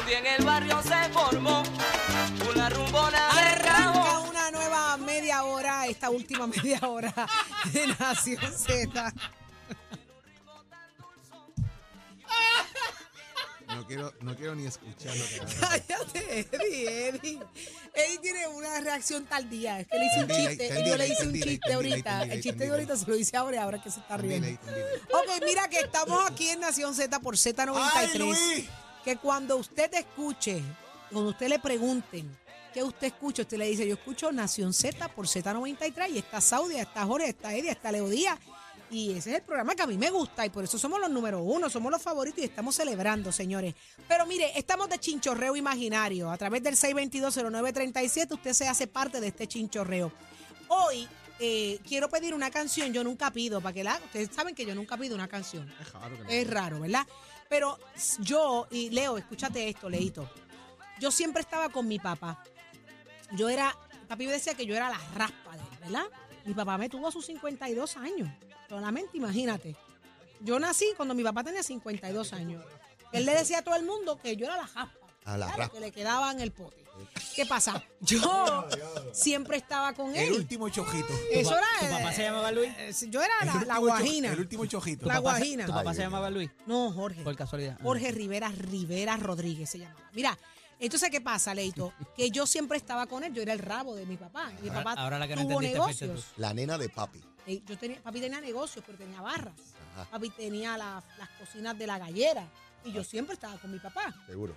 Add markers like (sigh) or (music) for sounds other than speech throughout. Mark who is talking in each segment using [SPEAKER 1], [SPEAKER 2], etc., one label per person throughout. [SPEAKER 1] Un día en el barrio se formó una rumbona de
[SPEAKER 2] Arranca
[SPEAKER 1] rabo.
[SPEAKER 2] una nueva media hora, esta última (laughs) media hora de Nación Z.
[SPEAKER 3] No quiero, no quiero ni escuchar
[SPEAKER 2] (laughs)
[SPEAKER 3] lo que va a decir.
[SPEAKER 2] Cállate, Eddie, Eddie. Eddie tiene una reacción tardía. Es que le hice un
[SPEAKER 3] Está en
[SPEAKER 2] chiste.
[SPEAKER 3] delay, está en
[SPEAKER 2] y yo le
[SPEAKER 3] delay,
[SPEAKER 2] hice
[SPEAKER 3] está
[SPEAKER 2] un
[SPEAKER 3] en delay,
[SPEAKER 2] chiste
[SPEAKER 3] está en delay,
[SPEAKER 2] ahorita.
[SPEAKER 3] está en
[SPEAKER 2] El
[SPEAKER 3] delay,
[SPEAKER 2] chiste de
[SPEAKER 3] está en
[SPEAKER 2] ahorita se lo hice ahora y ahora es que se está
[SPEAKER 3] Un delay,
[SPEAKER 2] riendo.
[SPEAKER 3] un delay.
[SPEAKER 2] Ok, mira que estamos aquí en Nación Z por
[SPEAKER 3] ¡Ay,
[SPEAKER 2] Z93.
[SPEAKER 3] Luis!
[SPEAKER 2] que cuando usted escuche, cuando usted le pregunten qué usted escucha, usted le dice, yo escucho Nación Z por Z93 y está Saudia, está Jorge, está Eddie, está Leo Díaz. Y ese es el programa que a mí me gusta y por eso somos los número uno, somos los favoritos y estamos celebrando, señores. Pero mire, estamos de chinchorreo imaginario. A través del 6220937 usted se hace parte de este chinchorreo. Hoy eh, quiero pedir una canción, yo nunca pido, para que la... Ustedes saben que yo nunca pido una canción.
[SPEAKER 3] Es raro que no.
[SPEAKER 2] Es raro, ¿verdad? Pero yo, y Leo, escúchate esto, Leito. Yo siempre estaba con mi papá. Yo era, papi me decía que yo era la raspa de él, ¿verdad? Mi papá me tuvo a sus 52 años. Solamente imagínate. Yo nací cuando mi papá tenía 52 años. Él le decía a todo el mundo que yo era la raspa.
[SPEAKER 3] A la
[SPEAKER 2] Claro,
[SPEAKER 3] raspa.
[SPEAKER 2] Que le quedaba en el pote. ¿Qué pasa?
[SPEAKER 4] (laughs)
[SPEAKER 2] Yo siempre estaba con
[SPEAKER 4] El
[SPEAKER 2] él.
[SPEAKER 4] último chojito.
[SPEAKER 2] Eso
[SPEAKER 5] pa-
[SPEAKER 2] era-
[SPEAKER 5] ¿Tu papá se llamaba Luis?
[SPEAKER 2] Eh, Yo era la,
[SPEAKER 4] El
[SPEAKER 2] la
[SPEAKER 4] último
[SPEAKER 2] guajina.
[SPEAKER 4] cho- El último chojito.
[SPEAKER 5] ¿Tu
[SPEAKER 2] La
[SPEAKER 5] papá se-
[SPEAKER 2] guajina.
[SPEAKER 5] ¿Tu papá
[SPEAKER 3] Ay,
[SPEAKER 5] se
[SPEAKER 3] Dios
[SPEAKER 5] llamaba Luis?
[SPEAKER 2] No, Jorge.
[SPEAKER 5] Por casualidad.
[SPEAKER 2] Jorge Rivera Rivera Rodríguez se llamaba. Mira, entonces, ¿qué pasa, Leito? Que yo siempre estaba con él, yo era el rabo de mi papá. Y Mi
[SPEAKER 5] Ahora-
[SPEAKER 2] papá
[SPEAKER 5] ahora la que no
[SPEAKER 2] tuvo
[SPEAKER 5] entendiste fuiste
[SPEAKER 2] negocios.
[SPEAKER 3] La nena de papi.
[SPEAKER 2] Eh, Yo tenía, papi tenía negocios, pero tenía barras.
[SPEAKER 3] Ajá.
[SPEAKER 2] Papi tenía la- las cocinas de la gallera. Y yo siempre estaba con mi papá.
[SPEAKER 3] Seguro.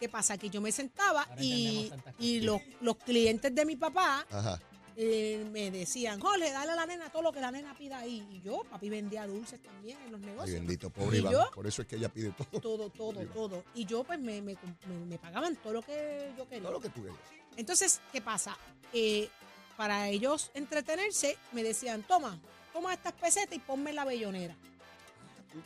[SPEAKER 2] ¿Qué pasa? Que yo me sentaba
[SPEAKER 5] Ahora
[SPEAKER 2] y,
[SPEAKER 5] entendemos tantas cosas. Ah.
[SPEAKER 2] y los, los clientes de mi papá
[SPEAKER 3] Ajá.
[SPEAKER 2] eh, me decían, Jorge, dale a la nena todo lo que la nena pida ahí. Y yo, papi vendía dulces también en los
[SPEAKER 3] Ay,
[SPEAKER 2] negocios.
[SPEAKER 3] bendito, pobre
[SPEAKER 2] ¿Y
[SPEAKER 3] Iván.
[SPEAKER 2] yo?
[SPEAKER 3] Por eso es que ella pide todo. (laughs)
[SPEAKER 2] todo, todo, todo. Y yo, pues, me, me, me- me pagaban todo lo que yo quería.
[SPEAKER 3] Todo lo que tú quieres.
[SPEAKER 2] Entonces, ¿qué pasa? Eh, para ellos entretenerse, me decían, toma, toma estas pesetas y ponme la bellonera.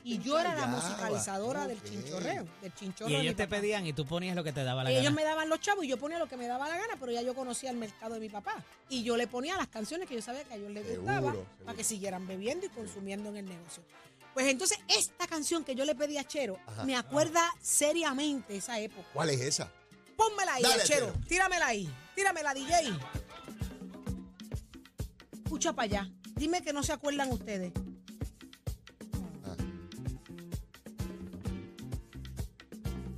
[SPEAKER 2] Y yo era la musicalizadora del chinchorreo, del chinchorreo
[SPEAKER 5] Y
[SPEAKER 2] de
[SPEAKER 5] ellos
[SPEAKER 2] mi
[SPEAKER 5] te
[SPEAKER 2] papá.
[SPEAKER 5] pedían y tú ponías lo que te daba la
[SPEAKER 2] Ellos
[SPEAKER 5] gana.
[SPEAKER 2] me daban los chavos y yo ponía lo que me daba la gana, pero ya yo conocía el mercado de mi papá. Y yo le ponía las canciones que yo sabía que a ellos les
[SPEAKER 3] Seguro,
[SPEAKER 2] gustaban
[SPEAKER 3] seguro.
[SPEAKER 2] para que siguieran bebiendo y consumiendo en el negocio. Pues entonces, esta canción que yo le pedí a Chero
[SPEAKER 3] Ajá. Ah.
[SPEAKER 2] me acuerda seriamente esa época.
[SPEAKER 3] ¿Cuál es esa?
[SPEAKER 2] Pónmela ahí,
[SPEAKER 3] Dale,
[SPEAKER 2] Chero.
[SPEAKER 3] Chero.
[SPEAKER 2] Tíramela ahí. Tíramela, DJ. Escucha para allá. Dime que no se acuerdan ustedes.
[SPEAKER 3] Ah.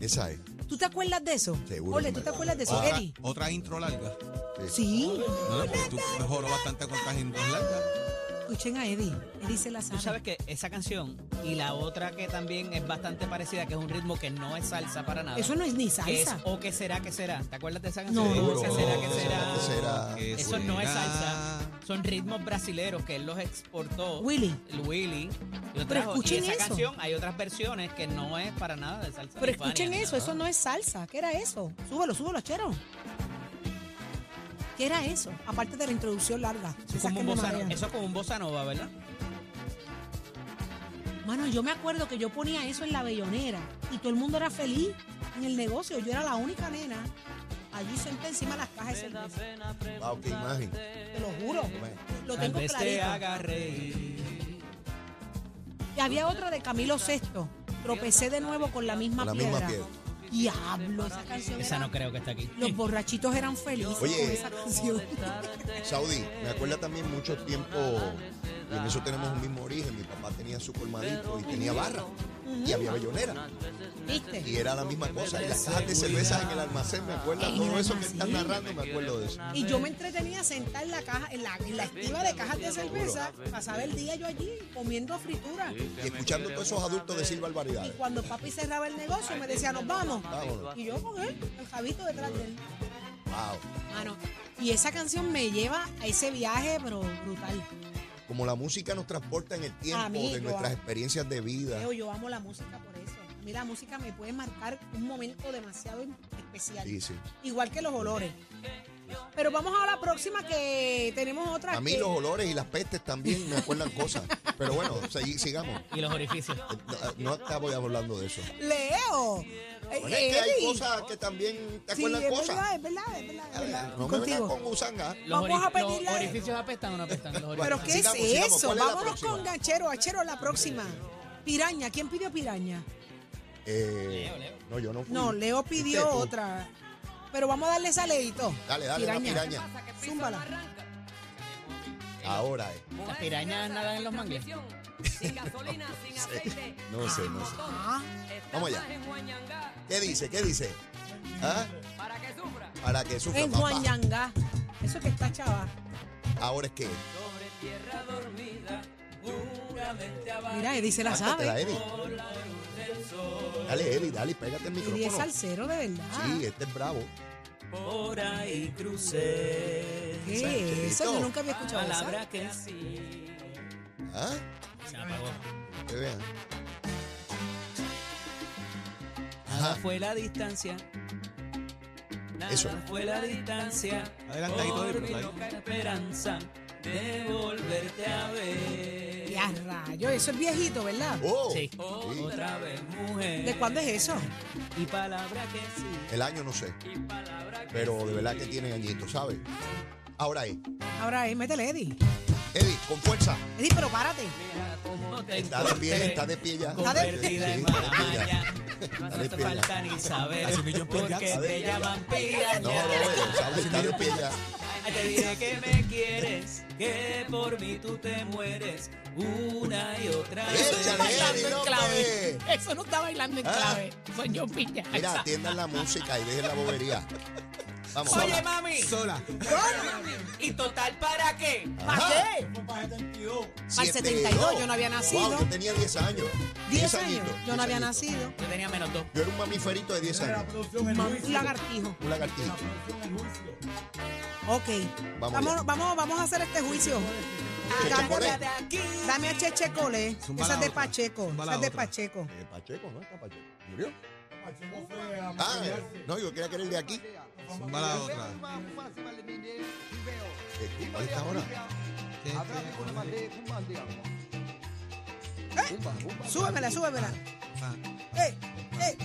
[SPEAKER 3] Esa es.
[SPEAKER 2] ¿Tú te acuerdas de eso?
[SPEAKER 3] Seguro
[SPEAKER 2] Ole,
[SPEAKER 3] que
[SPEAKER 2] ¿tú
[SPEAKER 3] me
[SPEAKER 2] te
[SPEAKER 3] acuerdo. Ah.
[SPEAKER 2] acuerdas de eso,
[SPEAKER 4] Otra,
[SPEAKER 2] Eddie?
[SPEAKER 4] otra intro larga.
[SPEAKER 2] Sí.
[SPEAKER 4] No, pero tú mejoró bastante con estas intros largas.
[SPEAKER 2] Escuchen a Eddie. Eddie se la
[SPEAKER 5] Tú
[SPEAKER 2] sabe.
[SPEAKER 5] sabes que esa canción y la otra que también es bastante parecida, que es un ritmo que no es salsa para nada.
[SPEAKER 2] Eso no es ni
[SPEAKER 5] que es
[SPEAKER 2] salsa.
[SPEAKER 5] o que será que será. ¿Te acuerdas de esa
[SPEAKER 2] No.
[SPEAKER 5] canción?
[SPEAKER 2] Seguro.
[SPEAKER 5] O que será que
[SPEAKER 3] Será que
[SPEAKER 5] será.
[SPEAKER 3] será.
[SPEAKER 4] Que
[SPEAKER 5] Eso no es
[SPEAKER 4] será.
[SPEAKER 5] salsa. Son ritmos brasileros que él los exportó.
[SPEAKER 2] Willy.
[SPEAKER 5] El Willy. y lo
[SPEAKER 2] Pero
[SPEAKER 5] trajo. y
[SPEAKER 2] escuchen
[SPEAKER 5] esa
[SPEAKER 2] eso.
[SPEAKER 5] canción hay otras versiones que no es para nada de salsa.
[SPEAKER 2] Pero
[SPEAKER 5] ni Fania,
[SPEAKER 2] escuchen
[SPEAKER 5] ni
[SPEAKER 2] eso,
[SPEAKER 5] nada.
[SPEAKER 2] eso no es salsa. ¿Qué era eso? Súbelo, súbelo, chero. ¿Qué era eso? Aparte de la introducción larga.
[SPEAKER 5] Eso es
[SPEAKER 2] esas
[SPEAKER 5] como
[SPEAKER 2] que
[SPEAKER 5] un
[SPEAKER 2] me
[SPEAKER 5] bossa-
[SPEAKER 2] marean.
[SPEAKER 5] eso es como un bossa nova, ¿verdad?
[SPEAKER 2] Mano, yo me acuerdo que yo ponía eso en la bellonera y todo el mundo era feliz en el negocio. Yo era la única nena allí sentada encima de las cajas de cerveza.
[SPEAKER 3] Wow, qué Ah, imagen.
[SPEAKER 2] Te lo juro.
[SPEAKER 3] Bueno.
[SPEAKER 2] Lo
[SPEAKER 5] Tal
[SPEAKER 2] tengo
[SPEAKER 5] vez te
[SPEAKER 2] clarito.
[SPEAKER 5] haga reír.
[SPEAKER 2] Y había otra de Camilo VI. Tropecé de nuevo con la misma
[SPEAKER 3] Con la
[SPEAKER 2] piedra.
[SPEAKER 3] misma piedra.
[SPEAKER 2] Diablo, esa canción
[SPEAKER 5] Esa
[SPEAKER 2] era-
[SPEAKER 5] no creo que está aquí.
[SPEAKER 2] Los borrachitos eran felices
[SPEAKER 3] Oye.
[SPEAKER 2] con esa canción.
[SPEAKER 3] Saudi, me acuerda también mucho tiempo, y en eso tenemos un mismo origen. Mi papá tenía su colmadito y tenía barra. Y había bellonera.
[SPEAKER 2] (laughs) ¿Viste?
[SPEAKER 3] Y era la misma cosa. Y las cajas de cerveza en el almacén, me acuerdo.
[SPEAKER 2] En el
[SPEAKER 3] Todo eso que estás
[SPEAKER 2] almacén.
[SPEAKER 3] narrando, me acuerdo de eso.
[SPEAKER 2] Y yo me entretenía sentada en la caja, en la, en la estiva de cajas de cerveza, pasaba el día yo allí comiendo fritura.
[SPEAKER 3] Y escuchando todos esos adultos decir
[SPEAKER 2] Y
[SPEAKER 3] barbaridades.
[SPEAKER 2] cuando papi cerraba el negocio me decía, nos vamos.
[SPEAKER 3] Vámonos.
[SPEAKER 2] Y yo con él, el jabito detrás de él.
[SPEAKER 3] Wow.
[SPEAKER 2] Mano, y esa canción me lleva a ese viaje, pero brutal.
[SPEAKER 3] Como la música nos transporta en el tiempo
[SPEAKER 2] Amigo.
[SPEAKER 3] de nuestras experiencias de vida.
[SPEAKER 2] Leo, yo amo la música por eso. A mí la música me puede marcar un momento demasiado em, especial.
[SPEAKER 3] Sí, sí.
[SPEAKER 2] Igual que los olores. Pero vamos a la próxima que tenemos otra.
[SPEAKER 3] A mí
[SPEAKER 2] que-
[SPEAKER 3] los olores y las pestes también me acuerdan cosas. Pero bueno, segui- sigamos.
[SPEAKER 5] (laughs)
[SPEAKER 3] Eh,
[SPEAKER 5] Y los orificios.
[SPEAKER 3] No, estaba ya hablando de eso.
[SPEAKER 2] Leo. eh,
[SPEAKER 3] Bueno, es que hay
[SPEAKER 2] Eddie.
[SPEAKER 3] cosas que también te
[SPEAKER 2] Sí,
[SPEAKER 3] acuerdan
[SPEAKER 2] es
[SPEAKER 3] cosas.
[SPEAKER 2] verdad, es verdad, es verdad, es verdad.
[SPEAKER 3] No me vengas
[SPEAKER 2] Contigo.
[SPEAKER 3] con gusanga.
[SPEAKER 5] Los
[SPEAKER 2] Vamos a
[SPEAKER 5] orif- los
[SPEAKER 2] pedirle-
[SPEAKER 5] orificios apestan o no apestan. Los
[SPEAKER 3] Bueno,
[SPEAKER 2] ¿Pero qué
[SPEAKER 5] orificios.
[SPEAKER 3] sigamos,
[SPEAKER 2] es
[SPEAKER 3] sigamos.
[SPEAKER 2] eso?
[SPEAKER 3] ¿Cuál es la
[SPEAKER 2] Vámonos
[SPEAKER 3] próxima?
[SPEAKER 2] con ganchero, ganchero, la próxima. Piraña, ¿quién pidió piraña?
[SPEAKER 3] Eh, no, yo no fui.
[SPEAKER 2] No, Leo
[SPEAKER 3] Fuiste
[SPEAKER 2] pidió
[SPEAKER 3] tú.
[SPEAKER 2] otra. Pero vamos a darle esa leíto.
[SPEAKER 3] Dale, dale, la piraña.
[SPEAKER 2] Zúmbala.
[SPEAKER 3] Ahora es.
[SPEAKER 5] Las pirañas nadan en los mangles.
[SPEAKER 3] No sé, no sé.
[SPEAKER 2] Ah,
[SPEAKER 3] Vamos allá. ¿Qué dice? ¿Qué dice? ¿Ah? Para que sufra.
[SPEAKER 2] en
[SPEAKER 3] papá.
[SPEAKER 2] Juanyanga. Eso que está chava.
[SPEAKER 3] Ahora es que.
[SPEAKER 2] Mira, Eddie se la
[SPEAKER 3] Cántatela,
[SPEAKER 2] sabe.
[SPEAKER 3] Eddie. Dale, Eddie, dale, pégate el
[SPEAKER 2] Eddie es
[SPEAKER 3] micrófono.
[SPEAKER 2] salsero, de verdad.
[SPEAKER 3] Sí, este es bravo.
[SPEAKER 2] ¿Qué es eso?
[SPEAKER 3] Sancherito.
[SPEAKER 2] Yo nunca había escuchado esa.
[SPEAKER 3] ¿Ah?
[SPEAKER 5] Se apagó.
[SPEAKER 3] Que vean.
[SPEAKER 5] Nada fue la distancia. Nada
[SPEAKER 3] Eso.
[SPEAKER 5] fue la distancia.
[SPEAKER 4] Adelantadito de
[SPEAKER 5] mi loca esperanza de volverte a ver.
[SPEAKER 2] Ya rayo, eso es viejito, ¿verdad?
[SPEAKER 3] Oh,
[SPEAKER 5] Sí.
[SPEAKER 3] sí.
[SPEAKER 5] Otra vez, mujer.
[SPEAKER 2] ¿De cuándo es eso?
[SPEAKER 5] Y palabra que sí.
[SPEAKER 3] El año no sé. Pero de verdad que tiene añitos, ¿sabes? Ahora ahí.
[SPEAKER 2] Ahora es, métele, Eddie.
[SPEAKER 3] Eddie, con fuerza.
[SPEAKER 2] Eddie, pero párate.
[SPEAKER 5] No te
[SPEAKER 3] Está de pie, está de pie ya.
[SPEAKER 2] Está de
[SPEAKER 3] Sí,
[SPEAKER 5] convertida en
[SPEAKER 3] está de pie ya.
[SPEAKER 5] maraña. No
[SPEAKER 3] Está
[SPEAKER 5] hace
[SPEAKER 3] de pie ya.
[SPEAKER 5] falta ni saber
[SPEAKER 4] Así me yo
[SPEAKER 5] porque
[SPEAKER 4] piraña.
[SPEAKER 5] te llaman
[SPEAKER 3] No, no,
[SPEAKER 5] piraña.
[SPEAKER 3] no, ¿sabes? Está de pie ya.
[SPEAKER 5] Ay, Te diré que me quieres, que por mí tú te mueres una y otra vez.
[SPEAKER 3] Échale, Eddie López.
[SPEAKER 6] Eso no está bailando en
[SPEAKER 3] Ah.
[SPEAKER 6] clave. Soy yo piña.
[SPEAKER 3] Mira, atiendan la música y dejen la bobería. Vamos.
[SPEAKER 5] Oye, mami,
[SPEAKER 4] Sola.
[SPEAKER 5] ¿y total para qué?
[SPEAKER 3] Ajá.
[SPEAKER 2] Al 72, yo no había nacido.
[SPEAKER 3] Wow, yo tenía 10 años.
[SPEAKER 2] 10 años.
[SPEAKER 3] añitos,
[SPEAKER 2] Yo
[SPEAKER 3] 10
[SPEAKER 2] no había
[SPEAKER 3] añitos.
[SPEAKER 2] nacido.
[SPEAKER 5] Yo tenía menos dos.
[SPEAKER 3] Yo era un mamiferito de 10 años.
[SPEAKER 2] Un lagartijo.
[SPEAKER 3] Un lagartito.
[SPEAKER 2] Ah, Ok.
[SPEAKER 3] Vamos
[SPEAKER 2] Vamos,
[SPEAKER 3] allá.
[SPEAKER 2] vamos, vamos a hacer este juicio.
[SPEAKER 3] Cheche Colé.
[SPEAKER 2] Dame- Dame a Cheche Colé.
[SPEAKER 4] Zumba
[SPEAKER 2] Esa
[SPEAKER 4] la
[SPEAKER 2] es de
[SPEAKER 4] otra.
[SPEAKER 2] Pacheco. Esa
[SPEAKER 4] Zumba la
[SPEAKER 2] es de
[SPEAKER 4] otra.
[SPEAKER 2] Pacheco.
[SPEAKER 3] Eh, Pacheco, ¿no? Está Pacheco. ¿Murió? Pacheco fue a Ah, no, yo quería que era el de aquí.
[SPEAKER 4] Zumba la otra.
[SPEAKER 3] Eh, ¿Cuál está ahora?
[SPEAKER 2] ¡Eh! Súbemela, súbemela.
[SPEAKER 4] Ah,
[SPEAKER 2] ¡Ey! ¡Ey!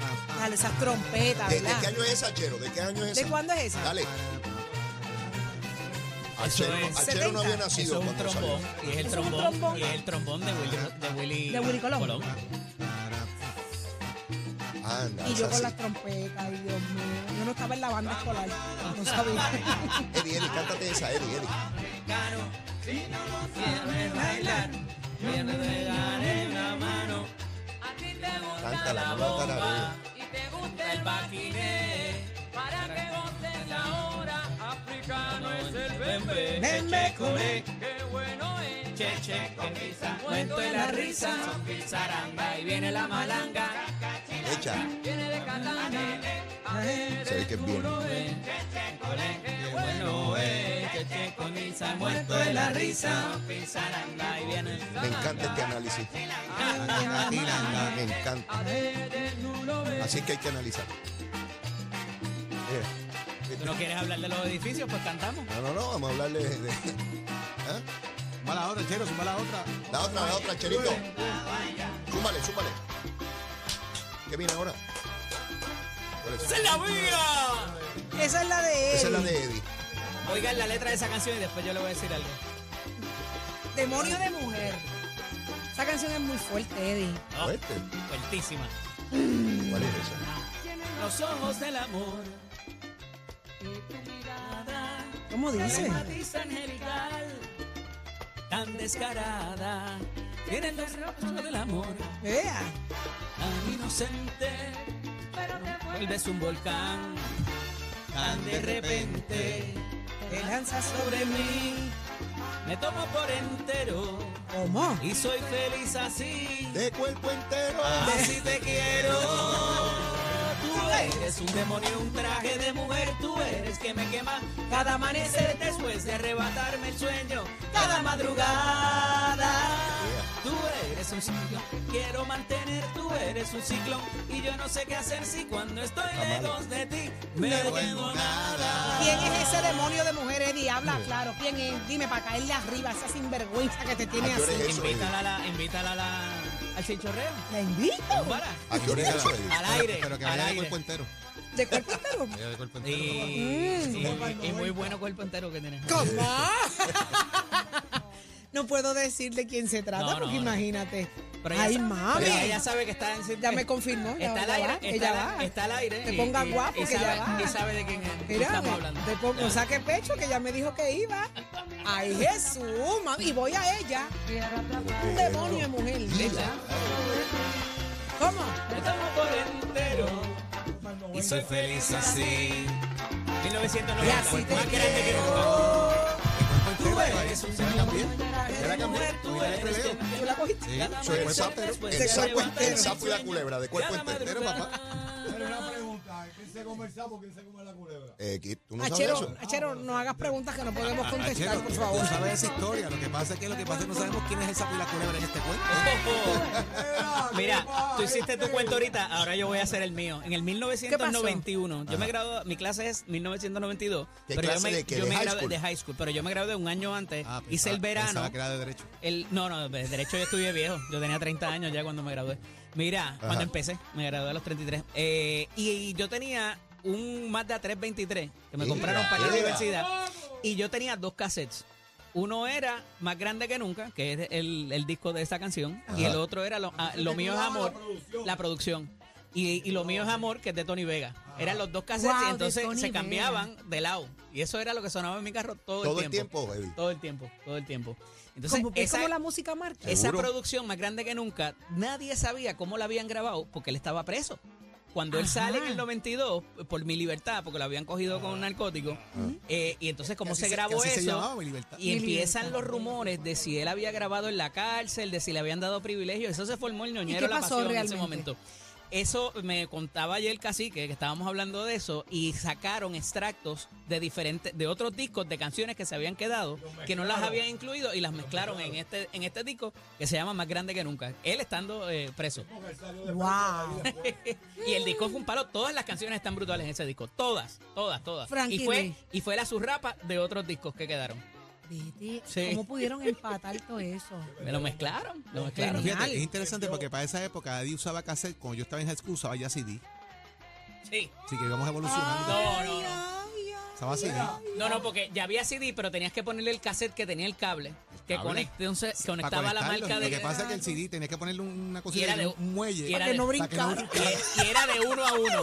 [SPEAKER 4] ah,
[SPEAKER 2] Dale esas trompetas,
[SPEAKER 3] ¿De, de qué
[SPEAKER 2] ¿verdad?
[SPEAKER 3] año es esa, Chero? ¿De qué año es
[SPEAKER 2] ¿De
[SPEAKER 3] esa?
[SPEAKER 2] cuándo es esa?
[SPEAKER 3] Dale. Achero,
[SPEAKER 5] es
[SPEAKER 3] no
[SPEAKER 2] 70.
[SPEAKER 3] había
[SPEAKER 5] Eso
[SPEAKER 3] nacido
[SPEAKER 5] es un
[SPEAKER 3] cuando
[SPEAKER 5] trombón.
[SPEAKER 3] salió.
[SPEAKER 5] Y es el
[SPEAKER 2] Eso es un
[SPEAKER 5] trombón,
[SPEAKER 2] trombón.
[SPEAKER 5] Y es el trombón de Willy, de Willy,
[SPEAKER 2] De Willy Colón.
[SPEAKER 3] Anda,
[SPEAKER 2] Y yo
[SPEAKER 3] esa
[SPEAKER 2] con
[SPEAKER 3] sí.
[SPEAKER 2] las trompetas, ay, Dios mío. Yo no estaba en la banda escolar. No sabía.
[SPEAKER 3] (laughs) Eddie, Eddie, cántate esa, Eddie, Eddie. Cántala, no la tararea.
[SPEAKER 2] Denme comer.
[SPEAKER 5] Cuento de la risa, zaranga y viene la malanga.
[SPEAKER 3] Echa. Se ve que es bien.
[SPEAKER 5] Muerto de la risa, zaranga y viene
[SPEAKER 3] Me encanta este análisis. Ah, Me encanta. Así que hay que analizar. Eh,
[SPEAKER 5] ¿Tú no quieres hablar de los edificios? Pues cantamos.
[SPEAKER 3] No, no, no, vamos a hablarle de. de- ¿Ah?
[SPEAKER 4] Zumba la otra, chero, zumba la otra.
[SPEAKER 3] La otra, la otra, Cherito. Súmale, súmale. ¿Qué viene ahora? ¿Cuál es?
[SPEAKER 5] ¡Es la mía!
[SPEAKER 2] Esa es la de
[SPEAKER 3] Esa es la
[SPEAKER 2] Eddie.
[SPEAKER 3] de Eddie.
[SPEAKER 5] Oigan la letra de esa canción y después yo le voy a decir algo.
[SPEAKER 2] Demonio de mujer. Esa canción es muy fuerte, Eddie.
[SPEAKER 5] Ah,
[SPEAKER 3] Fuerte.
[SPEAKER 5] fuertísima.
[SPEAKER 3] este? ¿Cuál es esa?
[SPEAKER 5] Los ojos del amor.
[SPEAKER 2] ¿Cómo dice?
[SPEAKER 5] Matiz angelical. Tan descarada. Tienen los ojos del amor.
[SPEAKER 2] Vea.
[SPEAKER 5] Tan inocente. Vuelves un volcán. Tan de repente.
[SPEAKER 2] Te lanzas
[SPEAKER 5] Sobre mí. Me tomo por entero.
[SPEAKER 2] ¿Cómo?
[SPEAKER 5] Y soy feliz así.
[SPEAKER 3] De cuerpo entero.
[SPEAKER 5] Así te quiero. Tú eres un demonio, un traje de mujer. Tú eres que me quema cada amanecer después de arrebatarme el sueño. Cada madrugada. Tú eres un sitio. Quiero mantener, tú eres un ciclón. Y yo no sé qué hacer si cuando estoy
[SPEAKER 3] malo.
[SPEAKER 5] lejos de ti me quedo nada.
[SPEAKER 2] ¿Quién es ese demonio de mujer, Eddie? Habla claro. ¿Quién es? Dime, para caerle arriba, esa sinvergüenza que te tiene
[SPEAKER 5] Ah,
[SPEAKER 3] ¿A qué hora
[SPEAKER 2] así.
[SPEAKER 3] es eso, Eddie?
[SPEAKER 5] Invítala, a la, invítala a la, al chinchorreo.
[SPEAKER 2] ¿La invito?
[SPEAKER 5] Para.
[SPEAKER 3] ¿A Ah, qué hora es eso, Eddie?
[SPEAKER 5] Al aire,
[SPEAKER 4] Pero que
[SPEAKER 5] al
[SPEAKER 4] vaya de
[SPEAKER 5] aire.
[SPEAKER 4] cuerpo entero.
[SPEAKER 2] ¿De cuerpo entero?
[SPEAKER 4] Vaya de cuerpo
[SPEAKER 5] Y,
[SPEAKER 4] entero.
[SPEAKER 2] Mm.
[SPEAKER 5] y- y muy bueno cuerpo entero que tienes.
[SPEAKER 2] ¿Cómo? (laughs) no puedo decir de quién se trata,
[SPEAKER 5] No, no,
[SPEAKER 2] porque
[SPEAKER 5] no.
[SPEAKER 2] imagínate.
[SPEAKER 5] Pero ella
[SPEAKER 2] Ay,
[SPEAKER 5] sabe-
[SPEAKER 2] mami.
[SPEAKER 5] Ella, ella sabe que está en
[SPEAKER 2] Ya me confirmó. ya
[SPEAKER 5] Está al
[SPEAKER 2] va,
[SPEAKER 5] aire,
[SPEAKER 2] ya
[SPEAKER 5] está,
[SPEAKER 2] va.
[SPEAKER 5] al- está al aire.
[SPEAKER 2] Te
[SPEAKER 5] y-
[SPEAKER 2] pongas
[SPEAKER 5] y-
[SPEAKER 2] guapo,
[SPEAKER 5] y
[SPEAKER 2] que ya
[SPEAKER 5] sabe-
[SPEAKER 2] va.
[SPEAKER 5] Y sabe de quién es.
[SPEAKER 2] Mira,
[SPEAKER 5] estamos
[SPEAKER 2] me-
[SPEAKER 5] hablando.
[SPEAKER 2] te pongo, saque pecho que ya me dijo que iba. Ay, Jesús, mami. Y voy a ella. Un demonio de mujer. ¿Cómo?
[SPEAKER 5] Me tomo por entero y soy feliz así. 1990.
[SPEAKER 2] Y así te
[SPEAKER 5] más grande que nunca.
[SPEAKER 2] quiero.
[SPEAKER 5] Tú eres un
[SPEAKER 4] Ya la cambié. Ya la cambié.
[SPEAKER 5] mujer, tú
[SPEAKER 4] Ya la
[SPEAKER 5] eres
[SPEAKER 4] creo.
[SPEAKER 5] quien me
[SPEAKER 2] ¿Tú la cogiste?
[SPEAKER 4] Sí,
[SPEAKER 5] Cada
[SPEAKER 3] Soy el
[SPEAKER 5] amanecer
[SPEAKER 3] sapo,
[SPEAKER 5] después
[SPEAKER 3] el
[SPEAKER 5] de
[SPEAKER 3] sapo, el
[SPEAKER 5] levantarme
[SPEAKER 3] sapo y la
[SPEAKER 5] sueño.
[SPEAKER 3] culebra, de cuerpo
[SPEAKER 5] Cada
[SPEAKER 3] entero,
[SPEAKER 5] madrugada.
[SPEAKER 3] papá.
[SPEAKER 4] Pero una pregunta, ¿quién se come el sapo, quién se come la culebra?
[SPEAKER 3] Eh, ¿qué- ¿Tú
[SPEAKER 5] Ah,
[SPEAKER 3] no sabes
[SPEAKER 2] Achero,
[SPEAKER 3] eso?
[SPEAKER 2] Achero, no hagas preguntas que no
[SPEAKER 4] Ah,
[SPEAKER 2] podemos contestar,
[SPEAKER 4] Chero,
[SPEAKER 2] por favor.
[SPEAKER 4] Tú sabes esa historia. Lo que pasa es que lo que pasa es que no sabemos quién es el sapo y la culebra en este cuento.
[SPEAKER 5] (laughs) Mira, tú hiciste tu cuento ahorita, ahora yo voy a hacer el mío. En el 1991, yo me gradué, mi clase es 1992,
[SPEAKER 3] ¿Qué
[SPEAKER 5] pero yo
[SPEAKER 3] clase
[SPEAKER 5] me,
[SPEAKER 3] de qué?
[SPEAKER 5] yo
[SPEAKER 3] ¿De
[SPEAKER 5] me
[SPEAKER 3] high
[SPEAKER 5] gradué
[SPEAKER 3] school? pues,
[SPEAKER 5] de high school, pero yo me gradué un año antes,
[SPEAKER 4] Ah,
[SPEAKER 5] hice
[SPEAKER 4] pensaba-
[SPEAKER 5] el verano.
[SPEAKER 4] pensaba que era de derecho.
[SPEAKER 5] El, no, no, de derecho yo estudié viejo. Yo tenía 30 años ya cuando me gradué. Mira, cuando empecé, me gradué a los 33. Eh, y, y yo tenía un Mazda 323 que me
[SPEAKER 3] Mira,
[SPEAKER 5] compraron para la
[SPEAKER 3] mira.
[SPEAKER 5] universidad. Y yo tenía dos cassettes. Uno era Más Grande que Nunca, que es el, el disco de esa canción. Y el otro era Lo, ah, Lo Mío es Amor, la producción. Y, y Lo Mío es Amor, que es de Tony Vega.
[SPEAKER 3] Ah.
[SPEAKER 5] Eran los dos cassettes
[SPEAKER 2] Wow,
[SPEAKER 5] y
[SPEAKER 2] de
[SPEAKER 5] entonces
[SPEAKER 2] Tony
[SPEAKER 5] se
[SPEAKER 2] Vega.
[SPEAKER 5] cambiaban de lado. Y eso era lo que sonaba en mi carro todo,
[SPEAKER 3] Todo
[SPEAKER 5] el
[SPEAKER 3] el
[SPEAKER 5] tiempo.
[SPEAKER 3] tiempo, Eddie.
[SPEAKER 5] Todo el tiempo, todo el tiempo. Entonces,
[SPEAKER 2] Como, es
[SPEAKER 5] esa-
[SPEAKER 2] como la música marca.
[SPEAKER 5] esa
[SPEAKER 3] Seguro.
[SPEAKER 5] producción más grande que nunca, nadie sabía cómo la habían grabado porque él estaba preso. Cuando él sale en el 92 por mi libertad, porque lo habían cogido con un narcótico, eh, y entonces cómo
[SPEAKER 4] Ah. Así
[SPEAKER 5] se grabó
[SPEAKER 4] así
[SPEAKER 5] eso,
[SPEAKER 4] se llamaba Mi Libertad.
[SPEAKER 5] y
[SPEAKER 2] Mi
[SPEAKER 5] empiezan
[SPEAKER 2] Libertad.
[SPEAKER 5] los rumores de si él había grabado en la cárcel, de si le habían dado privilegios, eso se formó el ñoñero,
[SPEAKER 2] qué
[SPEAKER 5] la
[SPEAKER 2] pasó
[SPEAKER 5] pasión en
[SPEAKER 2] realmente?
[SPEAKER 5] ese momento. Eso me contaba ayer el cacique, que estábamos hablando de eso, y sacaron extractos de diferentes, de otros discos de canciones que se habían quedado, que no las habían incluido, y las mezclaron en este, en este disco que se llama Más Grande que Nunca. Él estando eh, preso.
[SPEAKER 2] Wow.
[SPEAKER 5] y el disco fue un palo. Todas las canciones están brutales en ese disco. Todas, todas, todas.
[SPEAKER 2] Frankie
[SPEAKER 5] y fue,
[SPEAKER 2] Lee.
[SPEAKER 5] y fue la surrapa de otros discos que quedaron.
[SPEAKER 2] Vete,
[SPEAKER 5] Sí.
[SPEAKER 2] ¿Cómo pudieron empatar todo eso?
[SPEAKER 5] Me lo mezclaron, lo
[SPEAKER 4] Pero
[SPEAKER 5] mezclaron.
[SPEAKER 4] fíjate,
[SPEAKER 2] Genial.
[SPEAKER 4] es interesante porque para esa época Eddie usaba cassette, cuando yo estaba en high school usaba ya CD.
[SPEAKER 5] Sí.
[SPEAKER 4] Así que íbamos evolucionando.
[SPEAKER 5] No, no, no.
[SPEAKER 2] Ay, ay.
[SPEAKER 4] Usaba CD.
[SPEAKER 5] No, no, porque ya había CD, pero tenías que ponerle el cassette que tenía el cable. Que
[SPEAKER 4] cable?
[SPEAKER 5] conect- entonces,
[SPEAKER 4] Para
[SPEAKER 5] conectaba la
[SPEAKER 4] conectarlo.
[SPEAKER 5] marca de.
[SPEAKER 4] Lo que pasa es que el CD tenías que ponerle una cosita,
[SPEAKER 5] era de-
[SPEAKER 4] un muelle.
[SPEAKER 5] y era
[SPEAKER 4] para
[SPEAKER 5] de-
[SPEAKER 4] para que
[SPEAKER 2] brincara.
[SPEAKER 5] y, y era de uno a uno.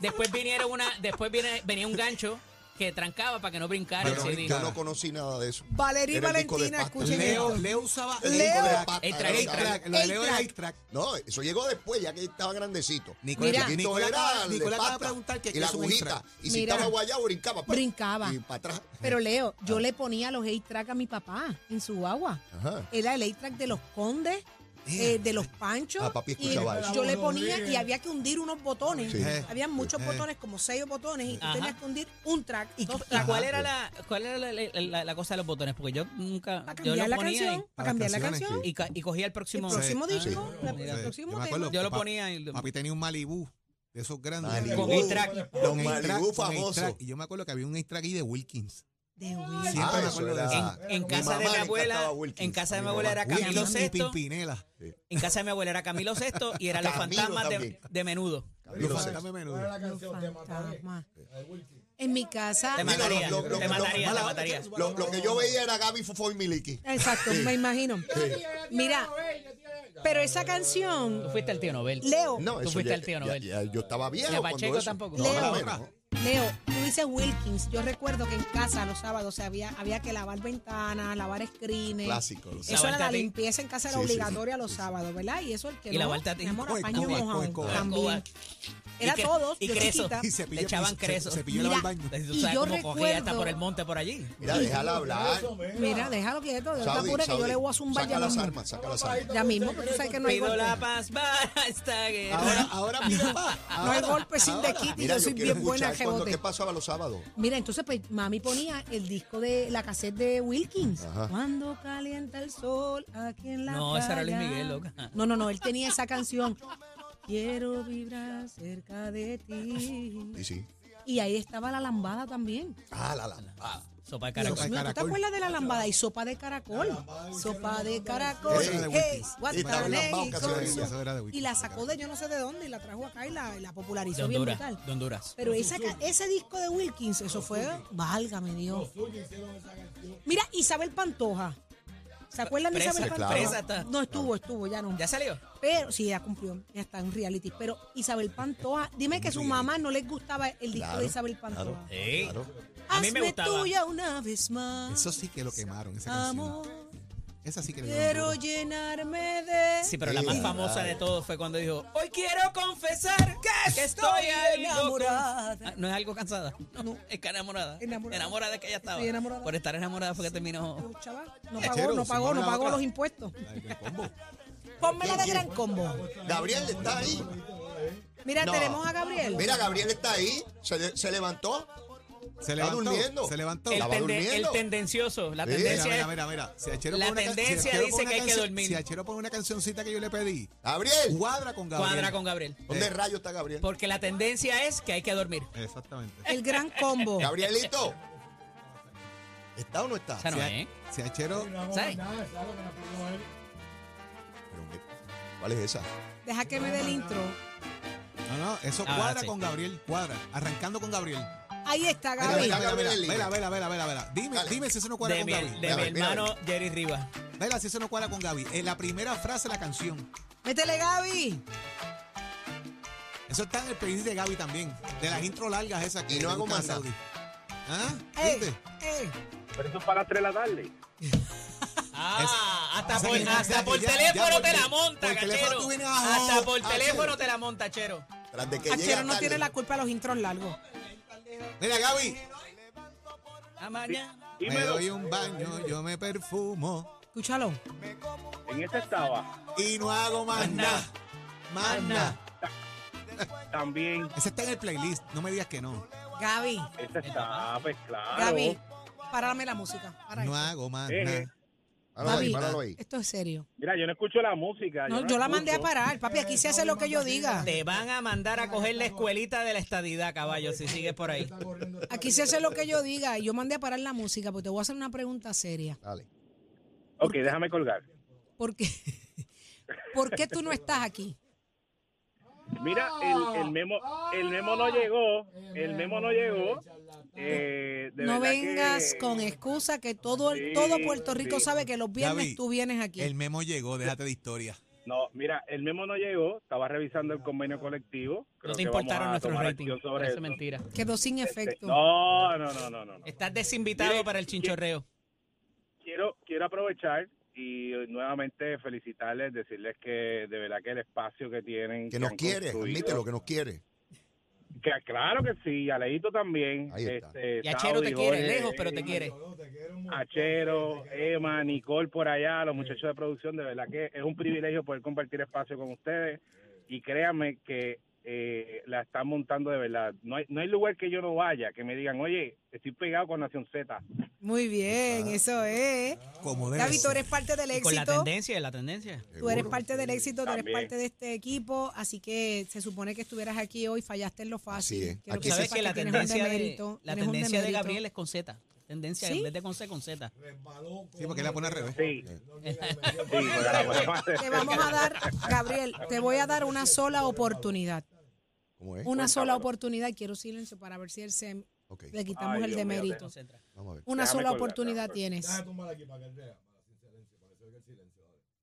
[SPEAKER 5] Después vinieron una, después viene, venía un gancho que trancaba para que no brincara
[SPEAKER 3] Yo
[SPEAKER 5] el
[SPEAKER 3] no,
[SPEAKER 5] CD.
[SPEAKER 3] yo no conocí nada de eso.
[SPEAKER 2] Valeria y
[SPEAKER 3] Era el disco de
[SPEAKER 2] Valentina,
[SPEAKER 3] pasta.
[SPEAKER 2] escuchen
[SPEAKER 4] Leo,
[SPEAKER 2] esto.
[SPEAKER 4] Leo usaba
[SPEAKER 3] El
[SPEAKER 2] Leo-
[SPEAKER 3] disco de pasta,
[SPEAKER 5] El
[SPEAKER 3] era
[SPEAKER 5] track, el
[SPEAKER 3] la-
[SPEAKER 4] track. Lo de Leo era el track.
[SPEAKER 3] No, eso llegó después, ya que estaba grandecito.
[SPEAKER 4] Nicolás-
[SPEAKER 3] Chiquito
[SPEAKER 4] Nicolás
[SPEAKER 3] era
[SPEAKER 4] acaba-
[SPEAKER 3] el de
[SPEAKER 4] Nicolás acaba de
[SPEAKER 3] pasta
[SPEAKER 4] preguntar que
[SPEAKER 3] y
[SPEAKER 4] qué
[SPEAKER 3] la
[SPEAKER 4] es un
[SPEAKER 3] agujita.
[SPEAKER 4] extra.
[SPEAKER 3] Y si
[SPEAKER 2] Mira.
[SPEAKER 3] estaba guayado, brincaba. pa,
[SPEAKER 2] Brincaba.
[SPEAKER 3] Y para atrás.
[SPEAKER 2] Pero Leo, yo le ponía los 8 track a mi papá en su agua.
[SPEAKER 3] Ajá.
[SPEAKER 2] Era el 8 track de los condes, eh, de los panchos.
[SPEAKER 3] Ah,
[SPEAKER 2] y
[SPEAKER 3] papi escuchaba eso.
[SPEAKER 2] yo le ponía y había que hundir unos botones.
[SPEAKER 3] Sí.
[SPEAKER 2] Había muchos
[SPEAKER 4] Eh.
[SPEAKER 2] botones, como seis botones, y tú
[SPEAKER 5] Ajá.
[SPEAKER 2] tenías que hundir un track.
[SPEAKER 5] ¿Y,
[SPEAKER 2] dos
[SPEAKER 5] y
[SPEAKER 2] tracks.
[SPEAKER 5] cuál era la cuál era la, la- la- la cosa de los botones? Porque yo nunca
[SPEAKER 2] Para
[SPEAKER 5] yo
[SPEAKER 2] cambiar
[SPEAKER 5] lo
[SPEAKER 2] la
[SPEAKER 5] ponía
[SPEAKER 2] canción.
[SPEAKER 5] y-
[SPEAKER 2] Para cambiar la
[SPEAKER 4] Las canciones,
[SPEAKER 2] canción.
[SPEAKER 5] y, ca- y cogía el
[SPEAKER 2] El
[SPEAKER 5] próximo.
[SPEAKER 2] próximo
[SPEAKER 5] Ah,
[SPEAKER 2] disco, la-
[SPEAKER 4] Sí,
[SPEAKER 2] el próximo
[SPEAKER 4] yo
[SPEAKER 2] tema.
[SPEAKER 4] me acuerdo.
[SPEAKER 5] Yo lo
[SPEAKER 4] Papi-
[SPEAKER 5] ponía y
[SPEAKER 4] Papi tenía un Malibú de esos grandes.
[SPEAKER 3] Malibú.
[SPEAKER 5] con el track.
[SPEAKER 3] Los
[SPEAKER 4] Con el track,
[SPEAKER 3] Malibú Ah,
[SPEAKER 4] con el
[SPEAKER 3] famosos.
[SPEAKER 4] track. Y yo me acuerdo que había un extract ahí de Wilkins.
[SPEAKER 2] De Wilson.
[SPEAKER 4] Siempre
[SPEAKER 3] Ah,
[SPEAKER 4] me
[SPEAKER 3] eso
[SPEAKER 4] acuerdo de
[SPEAKER 3] era-
[SPEAKER 4] eso.
[SPEAKER 5] En
[SPEAKER 3] Mi
[SPEAKER 5] casa de
[SPEAKER 3] mamá
[SPEAKER 5] mi
[SPEAKER 3] le
[SPEAKER 5] abuela,
[SPEAKER 3] encantaba Wilkins.
[SPEAKER 5] en casa de
[SPEAKER 3] A
[SPEAKER 5] mi
[SPEAKER 3] mi
[SPEAKER 5] abuela era
[SPEAKER 3] mamá.
[SPEAKER 5] Camilo
[SPEAKER 4] Wilkins y
[SPEAKER 5] Sesto.
[SPEAKER 4] Pimpinela.
[SPEAKER 5] En casa de mi abuela era Camilo Sesto y eran los
[SPEAKER 3] Camilo
[SPEAKER 5] fantasmas
[SPEAKER 3] también.
[SPEAKER 5] de, de menudo.
[SPEAKER 3] Los
[SPEAKER 4] Los
[SPEAKER 3] fantasmas.
[SPEAKER 4] fantasmas menudo.
[SPEAKER 2] Los fantasmas. En mi casa.
[SPEAKER 5] Te
[SPEAKER 3] Mira,
[SPEAKER 5] mataría,
[SPEAKER 3] lo- lo-
[SPEAKER 5] te
[SPEAKER 3] lo-
[SPEAKER 5] mataría, te
[SPEAKER 3] mala-
[SPEAKER 5] mataría.
[SPEAKER 3] Lo, lo que yo veía era Gaby Fofo y Miliki.
[SPEAKER 2] Exacto, me imagino. Mira, pero esa canción,
[SPEAKER 5] Tú fuiste el tío Nobel.
[SPEAKER 2] Leo,
[SPEAKER 3] No,
[SPEAKER 5] Tú
[SPEAKER 3] eso
[SPEAKER 5] fuiste
[SPEAKER 3] ya-
[SPEAKER 5] el tío
[SPEAKER 3] ya-
[SPEAKER 5] Nobel.
[SPEAKER 3] ya- yo estaba viejo.
[SPEAKER 5] Y a
[SPEAKER 3] cuando
[SPEAKER 5] Pacheco
[SPEAKER 3] eso.
[SPEAKER 5] tampoco.
[SPEAKER 3] No, más o
[SPEAKER 2] Leo.
[SPEAKER 3] menos, ¿no?
[SPEAKER 2] Leo, tú dices Wilkins. Yo recuerdo que en casa los sábados se había, había que lavar ventanas, lavar screenes.
[SPEAKER 3] Clásico. lo sé.
[SPEAKER 2] Eso era
[SPEAKER 5] Lavarte a
[SPEAKER 2] la
[SPEAKER 5] ti.
[SPEAKER 2] limpieza en casa era
[SPEAKER 3] Sí, sí,
[SPEAKER 2] obligatoria los sábados, ¿verdad? Y eso el que
[SPEAKER 5] Y
[SPEAKER 2] no,
[SPEAKER 5] lavarte a ti.
[SPEAKER 2] mi amor,
[SPEAKER 4] Con
[SPEAKER 2] a paño
[SPEAKER 4] escoba, con
[SPEAKER 2] mojado
[SPEAKER 4] escoba.
[SPEAKER 2] también.
[SPEAKER 5] Escoba.
[SPEAKER 2] Era
[SPEAKER 5] cre-
[SPEAKER 2] todos,
[SPEAKER 5] Y
[SPEAKER 2] yo
[SPEAKER 5] creso.
[SPEAKER 2] chiquita.
[SPEAKER 4] Y cepillo-
[SPEAKER 5] Le echaban
[SPEAKER 4] se-
[SPEAKER 5] creso.
[SPEAKER 4] cepillo le va al baño.
[SPEAKER 5] Entonces, tú
[SPEAKER 2] Y
[SPEAKER 5] sabes
[SPEAKER 2] yo
[SPEAKER 5] cómo cogía hasta
[SPEAKER 2] recuerdo-
[SPEAKER 5] por el monte por allí.
[SPEAKER 3] Mira, déjala hablar.
[SPEAKER 2] Mira, déjalo quieto, de verdad
[SPEAKER 3] Ah. Saudi,
[SPEAKER 2] pura que yo
[SPEAKER 3] Saudi,
[SPEAKER 2] le voy a zumbar
[SPEAKER 3] saca
[SPEAKER 2] ya
[SPEAKER 3] las
[SPEAKER 2] mismo.
[SPEAKER 3] armas, saca las armas.
[SPEAKER 2] Ya mismo, porque tú sabes que no hay
[SPEAKER 5] Pido
[SPEAKER 2] golpe.
[SPEAKER 5] la paz para esta guerra.
[SPEAKER 4] Ahora, ahora mira, pa.
[SPEAKER 2] No hay
[SPEAKER 4] ahora,
[SPEAKER 2] golpe sin
[SPEAKER 4] ahora.
[SPEAKER 2] de kit y
[SPEAKER 3] Ah. Mira,
[SPEAKER 2] yo
[SPEAKER 3] yo,
[SPEAKER 2] soy
[SPEAKER 3] quiero
[SPEAKER 2] bien buena
[SPEAKER 3] escuchar cuando,
[SPEAKER 2] rebote.
[SPEAKER 3] qué pasaba los sábados.
[SPEAKER 2] Mira, entonces pues, mami ponía el disco de la cassette de Wilkins.
[SPEAKER 3] Ajá.
[SPEAKER 2] Cuando calienta el sol aquí en la
[SPEAKER 5] No, esa era Luis
[SPEAKER 2] playa.
[SPEAKER 5] Miguel, loca.
[SPEAKER 2] No, no, no, él tenía esa canción. Quiero vibrar cerca de ti.
[SPEAKER 3] Sí, sí.
[SPEAKER 2] Y ahí estaba la lambada también.
[SPEAKER 3] Ah, la lampada.
[SPEAKER 5] Sopa de
[SPEAKER 2] Dios mío,
[SPEAKER 5] caracol.
[SPEAKER 2] ¿Tú te
[SPEAKER 4] caracol.
[SPEAKER 2] acuerdas de la lambada y sopa de caracol? Sopa de caracol.
[SPEAKER 3] Esa era
[SPEAKER 4] de
[SPEAKER 2] Hey,
[SPEAKER 4] Wilkins.
[SPEAKER 3] Estaba
[SPEAKER 2] Guantanamo
[SPEAKER 3] lambado
[SPEAKER 2] y
[SPEAKER 3] casi de
[SPEAKER 2] Conso.
[SPEAKER 3] ella.
[SPEAKER 4] Eso era de Wilkins.
[SPEAKER 2] Y la sacó de yo no sé de dónde y la trajo acá y la, y la popularizó
[SPEAKER 5] De
[SPEAKER 2] bien
[SPEAKER 5] Honduras.
[SPEAKER 2] brutal.
[SPEAKER 5] De Honduras.
[SPEAKER 2] Pero esa ca- ese disco de Wilkins, eso fue, válgame Dios. Mira, Isabel Pantoja. ¿Se acuerdan de
[SPEAKER 5] Presa,
[SPEAKER 2] Isabel
[SPEAKER 3] claro.
[SPEAKER 2] Pantoja?
[SPEAKER 5] presa está.
[SPEAKER 2] No estuvo, estuvo, ya no.
[SPEAKER 5] ¿Ya salió?
[SPEAKER 2] Pero sí, ya cumplió, ya está en reality. Pero Isabel Pantoja, dime que a su mamá no les gustaba el disco
[SPEAKER 3] Claro,
[SPEAKER 2] de Isabel Pantoja.
[SPEAKER 3] claro.
[SPEAKER 5] Sí.
[SPEAKER 3] Claro.
[SPEAKER 5] Eh, A mí me
[SPEAKER 2] Hazme
[SPEAKER 5] gustaba.
[SPEAKER 2] tuya una vez más.
[SPEAKER 4] Eso sí que lo quemaron, esa canción.
[SPEAKER 2] Amor,
[SPEAKER 4] Esa sí que le
[SPEAKER 2] quiero
[SPEAKER 4] dieron duro.
[SPEAKER 2] llenarme de.
[SPEAKER 5] Sí, pero la más
[SPEAKER 3] Sí.
[SPEAKER 5] famosa de todos fue cuando dijo, hoy quiero confesar que, estoy algo
[SPEAKER 2] enamorada".
[SPEAKER 5] con- Ah, ¿No es algo cansada?
[SPEAKER 2] No.
[SPEAKER 5] Es que enamorada.
[SPEAKER 2] Enamorada.
[SPEAKER 5] Enamorada es que ella estaba.
[SPEAKER 2] Estoy enamorada.
[SPEAKER 5] Por estar enamorada fue que terminó.
[SPEAKER 2] Pues, Chaval, no pagó,
[SPEAKER 4] Chero,
[SPEAKER 2] no
[SPEAKER 4] si
[SPEAKER 2] pagó,
[SPEAKER 4] no
[SPEAKER 2] no
[SPEAKER 4] la
[SPEAKER 2] pagó
[SPEAKER 4] otra.
[SPEAKER 2] los impuestos.
[SPEAKER 4] La del combo.
[SPEAKER 2] Ponme la de
[SPEAKER 3] ¿Quién?
[SPEAKER 2] gran combo.
[SPEAKER 3] Gabriel está ahí.
[SPEAKER 2] Mira,
[SPEAKER 3] No.
[SPEAKER 2] tenemos a Gabriel.
[SPEAKER 3] Mira, Gabriel está ahí. Se, le- se levantó.
[SPEAKER 4] Se
[SPEAKER 3] Está
[SPEAKER 4] levantó.
[SPEAKER 3] durmiendo.
[SPEAKER 4] Se levantó.
[SPEAKER 5] El,
[SPEAKER 3] Estaba
[SPEAKER 5] tende-
[SPEAKER 3] durmiendo.
[SPEAKER 5] el tendencioso,
[SPEAKER 3] Mira,
[SPEAKER 5] la
[SPEAKER 4] Mira,
[SPEAKER 5] tendencia
[SPEAKER 4] mira,
[SPEAKER 5] es-
[SPEAKER 4] mira, mira. Si Achero
[SPEAKER 5] La
[SPEAKER 4] pone una can- si
[SPEAKER 5] tendencia
[SPEAKER 4] Achero
[SPEAKER 5] dice
[SPEAKER 4] pone
[SPEAKER 5] que
[SPEAKER 4] una
[SPEAKER 5] hay que
[SPEAKER 4] canción-
[SPEAKER 5] dormir.
[SPEAKER 4] Si Achero pone una cancioncita que yo le pedí,
[SPEAKER 3] Gabriel.
[SPEAKER 4] cuadra con Gabriel.
[SPEAKER 5] cuadra con Gabriel.
[SPEAKER 3] ¿Dónde rayo está Gabriel?
[SPEAKER 5] Porque la tendencia es que hay que dormir.
[SPEAKER 4] Exactamente.
[SPEAKER 5] Eh.
[SPEAKER 2] El gran combo.
[SPEAKER 3] Gabrielito. ¿Está o no está?
[SPEAKER 5] Esa no
[SPEAKER 4] Si
[SPEAKER 5] es, ¿eh?
[SPEAKER 4] a- Si Achero...
[SPEAKER 5] ¿Sabes?
[SPEAKER 3] Pero, hombre, ¿Cuál es esa?
[SPEAKER 2] Deja que me dé el intro.
[SPEAKER 4] No, no, eso
[SPEAKER 5] Ahora
[SPEAKER 4] cuadra
[SPEAKER 5] Ah, sí.
[SPEAKER 4] con Gabriel, cuadra. Arrancando con Gabriel.
[SPEAKER 2] Ahí está,
[SPEAKER 4] Mira,
[SPEAKER 2] Gabriel.
[SPEAKER 4] mira,
[SPEAKER 3] Gabriel,
[SPEAKER 4] mira, mira,
[SPEAKER 3] Gabriel.
[SPEAKER 4] mira, mira, mira, mira, mira. Dime,
[SPEAKER 3] Dale.
[SPEAKER 4] dime si eso no cuadra
[SPEAKER 5] De
[SPEAKER 4] con
[SPEAKER 5] mi,
[SPEAKER 4] Gaby.
[SPEAKER 5] de
[SPEAKER 3] Mira,
[SPEAKER 5] mi
[SPEAKER 3] mira, mira.
[SPEAKER 5] hermano Jerry Rivas.
[SPEAKER 4] Mira si eso no cuadra con Gaby. En la primera frase de la canción.
[SPEAKER 2] Métele, Gaby.
[SPEAKER 4] Eso está en el playlist de Gaby también. De las intro largas esas que
[SPEAKER 3] Y no
[SPEAKER 4] le
[SPEAKER 3] hago
[SPEAKER 4] gustan a
[SPEAKER 3] más nada.
[SPEAKER 4] Saudi. ¿Ah?
[SPEAKER 2] Ey,
[SPEAKER 4] ¿Viste?
[SPEAKER 2] ey.
[SPEAKER 5] Ah, hasta
[SPEAKER 4] o sea,
[SPEAKER 5] por,
[SPEAKER 4] que-
[SPEAKER 5] hasta
[SPEAKER 4] o sea, que
[SPEAKER 5] por
[SPEAKER 4] ya- ya
[SPEAKER 5] teléfono
[SPEAKER 4] por
[SPEAKER 5] te la
[SPEAKER 4] tel-
[SPEAKER 5] monta,
[SPEAKER 4] por teléfono
[SPEAKER 5] cachero.
[SPEAKER 4] tú vienes a-
[SPEAKER 5] Hasta por
[SPEAKER 4] ah,
[SPEAKER 5] teléfono
[SPEAKER 4] chero.
[SPEAKER 5] te la monta, chero.
[SPEAKER 3] Tras de que llega
[SPEAKER 2] Achero Ah, no
[SPEAKER 3] tarde.
[SPEAKER 2] tiene la culpa de los intros largos.
[SPEAKER 4] Mira, Gaby.
[SPEAKER 5] A mañana.
[SPEAKER 4] Me doy un baño, yo me perfumo
[SPEAKER 2] Escúchalo.
[SPEAKER 7] En ese estaba
[SPEAKER 4] y no hago más nada. Más nada.
[SPEAKER 7] también.
[SPEAKER 4] Ese está en el playlist. No me digas que no.
[SPEAKER 2] Gaby,
[SPEAKER 7] Ese estaba, pues claro.
[SPEAKER 2] Gaby, párame la música. para
[SPEAKER 4] No
[SPEAKER 2] esto.
[SPEAKER 4] hago más
[SPEAKER 7] Eh,
[SPEAKER 4] nada.
[SPEAKER 7] eh.
[SPEAKER 3] Páralo ahí,
[SPEAKER 2] Gaby,
[SPEAKER 3] páralo ahí.
[SPEAKER 2] Esto es serio.
[SPEAKER 7] Mira, yo no escucho la música.
[SPEAKER 2] No,
[SPEAKER 7] no
[SPEAKER 2] yo la mandé a
[SPEAKER 7] escucho.
[SPEAKER 2] parar, papi. Aquí se hace lo que yo diga.
[SPEAKER 5] Te van a mandar a coger la escuelita de la estadidad, caballo, si sigues por ahí.
[SPEAKER 2] Aquí se hace lo que yo diga. Yo mandé a parar la música porque te voy a hacer una pregunta seria.
[SPEAKER 3] Dale.
[SPEAKER 7] Ok, déjame colgar.
[SPEAKER 2] ¿Por qué, (laughs) ¿Por qué tú no estás aquí?
[SPEAKER 7] Mira, el, el memo, el memo no llegó. Ah, El memo no llegó. Eh, de
[SPEAKER 2] No
[SPEAKER 7] verdad que-
[SPEAKER 2] vengas con excusa que todo, el-
[SPEAKER 7] Sí,
[SPEAKER 2] todo Puerto Rico
[SPEAKER 7] sí.
[SPEAKER 2] sabe que los viernes
[SPEAKER 4] Gaby,
[SPEAKER 2] tú vienes aquí.
[SPEAKER 4] El memo llegó, déjate de historia.
[SPEAKER 7] No, mira, el memo no llegó. Estaba revisando el convenio colectivo. Creo
[SPEAKER 5] No te
[SPEAKER 7] que vamos
[SPEAKER 5] importaron
[SPEAKER 7] a
[SPEAKER 5] nuestros
[SPEAKER 7] tomar
[SPEAKER 5] ratings.
[SPEAKER 7] acción
[SPEAKER 5] Eso
[SPEAKER 7] sobre
[SPEAKER 5] es
[SPEAKER 7] eso.
[SPEAKER 5] mentira.
[SPEAKER 2] Quedó sin efecto.
[SPEAKER 7] No, no, no, no, no. no.
[SPEAKER 5] Estás desinvitado
[SPEAKER 7] Mire,
[SPEAKER 5] para el chinchorreo.
[SPEAKER 7] quiero quiero aprovechar y nuevamente felicitarles, decirles que de verdad que el espacio que tienen
[SPEAKER 3] Que nos
[SPEAKER 7] han
[SPEAKER 3] quiere,
[SPEAKER 7] construido-
[SPEAKER 3] admítelo, que nos quiere.
[SPEAKER 7] que claro que sí, Aleito también,
[SPEAKER 3] Ahí está.
[SPEAKER 7] este,
[SPEAKER 5] Y Achero te
[SPEAKER 7] Saudi,
[SPEAKER 5] quiere,
[SPEAKER 7] Jorge,
[SPEAKER 5] lejos, pero te quiere.
[SPEAKER 7] Achero, Emma, Nicole por allá, los muchachos de producción, de verdad que es un privilegio poder compartir espacio con ustedes y créanme que eh, la están montando de verdad. No hay, no hay lugar que yo no vaya, que me digan, oye, estoy pegado con Nación Z.
[SPEAKER 2] Muy bien, eso es.
[SPEAKER 4] Como debe
[SPEAKER 2] Gaby, tú
[SPEAKER 4] ser.
[SPEAKER 2] eres parte del
[SPEAKER 5] Ah. Y con la
[SPEAKER 2] éxito.
[SPEAKER 5] tendencia, la tendencia.
[SPEAKER 2] Tú eres
[SPEAKER 3] Seguro.
[SPEAKER 2] parte del éxito, tú eres
[SPEAKER 7] También.
[SPEAKER 2] parte de este equipo, así que se supone que estuvieras aquí hoy, fallaste en lo fácil.
[SPEAKER 3] Así es.
[SPEAKER 2] Quiero
[SPEAKER 3] Aquí se-
[SPEAKER 5] Tú
[SPEAKER 2] sepas
[SPEAKER 5] sabes que la
[SPEAKER 2] tienes un
[SPEAKER 5] tendencia, de,
[SPEAKER 2] demérito,
[SPEAKER 5] la
[SPEAKER 2] tienes un
[SPEAKER 5] tendencia de
[SPEAKER 2] demérito.
[SPEAKER 5] Gabriel es con Z. Tendencia,
[SPEAKER 2] ¿Sí?
[SPEAKER 5] en vez de con C, con Z. (laughs)
[SPEAKER 4] Sí, porque la pone al revés.
[SPEAKER 7] Sí, sí, porque la podemos hacer.
[SPEAKER 2] Te
[SPEAKER 7] (laughs)
[SPEAKER 2] vamos
[SPEAKER 5] (laughs)
[SPEAKER 2] a dar, Gabriel, te voy a dar una sola oportunidad.
[SPEAKER 3] ¿Cómo es?
[SPEAKER 2] Una sola oportunidad. Quiero silencio para ver si él se,
[SPEAKER 3] Ok,
[SPEAKER 2] le quitamos
[SPEAKER 7] Ay,
[SPEAKER 2] el
[SPEAKER 7] Dios mío,
[SPEAKER 2] demérito.
[SPEAKER 5] Concentra.
[SPEAKER 3] vamos a ver.
[SPEAKER 2] Una
[SPEAKER 7] Déjame
[SPEAKER 2] sola
[SPEAKER 7] colgar,
[SPEAKER 2] oportunidad
[SPEAKER 7] déjame colgar.
[SPEAKER 2] tienes. (laughs)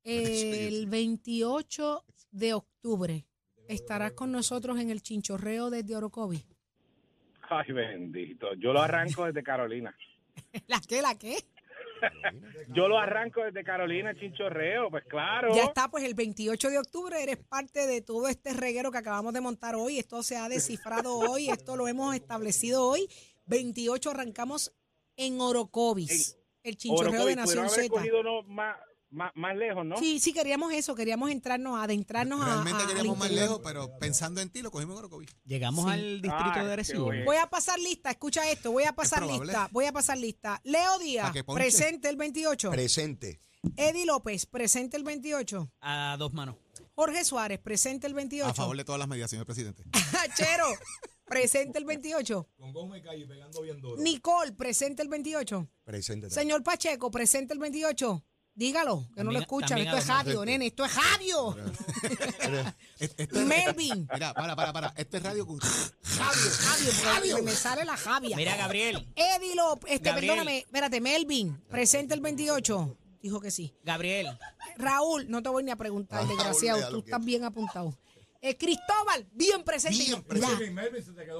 [SPEAKER 3] Sí, sí.
[SPEAKER 2] El 28 de octubre estarás con nosotros en el chinchorreo desde Orocovi. (laughs)
[SPEAKER 7] Ay, bendito. Yo lo arranco desde Carolina.
[SPEAKER 2] ¿La qué? ¿La qué?
[SPEAKER 7] Yo lo arranco desde Carolina, Chinchorreo, pues claro.
[SPEAKER 2] Ya está, pues el 28 de octubre eres parte de todo este reguero que acabamos de montar hoy. Esto se ha descifrado
[SPEAKER 3] (laughs)
[SPEAKER 2] hoy, esto lo hemos establecido hoy. 28 arrancamos en Orocovis, el chinchorreo
[SPEAKER 7] Orocovi,
[SPEAKER 2] de Nación
[SPEAKER 7] pudieron
[SPEAKER 2] Z.
[SPEAKER 7] haber cogido uno más, más, más lejos, ¿no?
[SPEAKER 2] Sí, sí, queríamos eso, queríamos entrarnos, adentrarnos a-
[SPEAKER 4] Realmente
[SPEAKER 2] a, al
[SPEAKER 4] queríamos más
[SPEAKER 2] interior.
[SPEAKER 4] lejos, pero pensando en ti lo cogimos en Orocovis.
[SPEAKER 5] Llegamos
[SPEAKER 2] Sí.
[SPEAKER 5] al distrito
[SPEAKER 7] Ay,
[SPEAKER 5] de
[SPEAKER 7] qué
[SPEAKER 5] Arecibo.
[SPEAKER 7] bueno.
[SPEAKER 2] Voy a pasar lista, escucha esto, voy a pasar
[SPEAKER 4] probable.
[SPEAKER 2] lista, voy a pasar lista. Leo Díaz,
[SPEAKER 4] Pa' que ponche.
[SPEAKER 2] presente el 28.
[SPEAKER 3] Presente.
[SPEAKER 2] Eddie López, presente el 28.
[SPEAKER 5] A dos manos.
[SPEAKER 2] Jorge Suárez, presente el 28.
[SPEAKER 4] A favor
[SPEAKER 2] (laughs)
[SPEAKER 4] de todas las mediaciones, presidente.
[SPEAKER 2] Chero, presente el 28. Con goma y pegando bien duro. Nicole, presente el 28.
[SPEAKER 3] Presente. también.
[SPEAKER 2] Señor Pacheco, presente el 28. Dígalo, que no lo
[SPEAKER 5] También-
[SPEAKER 2] escuchan.
[SPEAKER 5] también
[SPEAKER 2] Esto es
[SPEAKER 5] a los
[SPEAKER 2] radio, nene, esto es radio.
[SPEAKER 4] Es- esto es-
[SPEAKER 2] Melvin.
[SPEAKER 4] Mira, para, para, para. Esto es radio que usted-
[SPEAKER 2] Javio, Javio, porque me- me sale la Javia.
[SPEAKER 5] Mira, Gabriel.
[SPEAKER 2] Eddie López, este,
[SPEAKER 5] Gabriel.
[SPEAKER 2] perdóname, espérate, Melvin, presente el 28. Dijo que sí.
[SPEAKER 5] Gabriel.
[SPEAKER 2] Raúl, no te voy ni a preguntar,
[SPEAKER 3] Ah,
[SPEAKER 2] desgraciado,
[SPEAKER 3] Raúl,
[SPEAKER 2] tú
[SPEAKER 3] déjalo
[SPEAKER 2] estás bien apuntado. Eh, Cristóbal, bien presente.
[SPEAKER 3] Bien
[SPEAKER 2] Ya.
[SPEAKER 3] presente.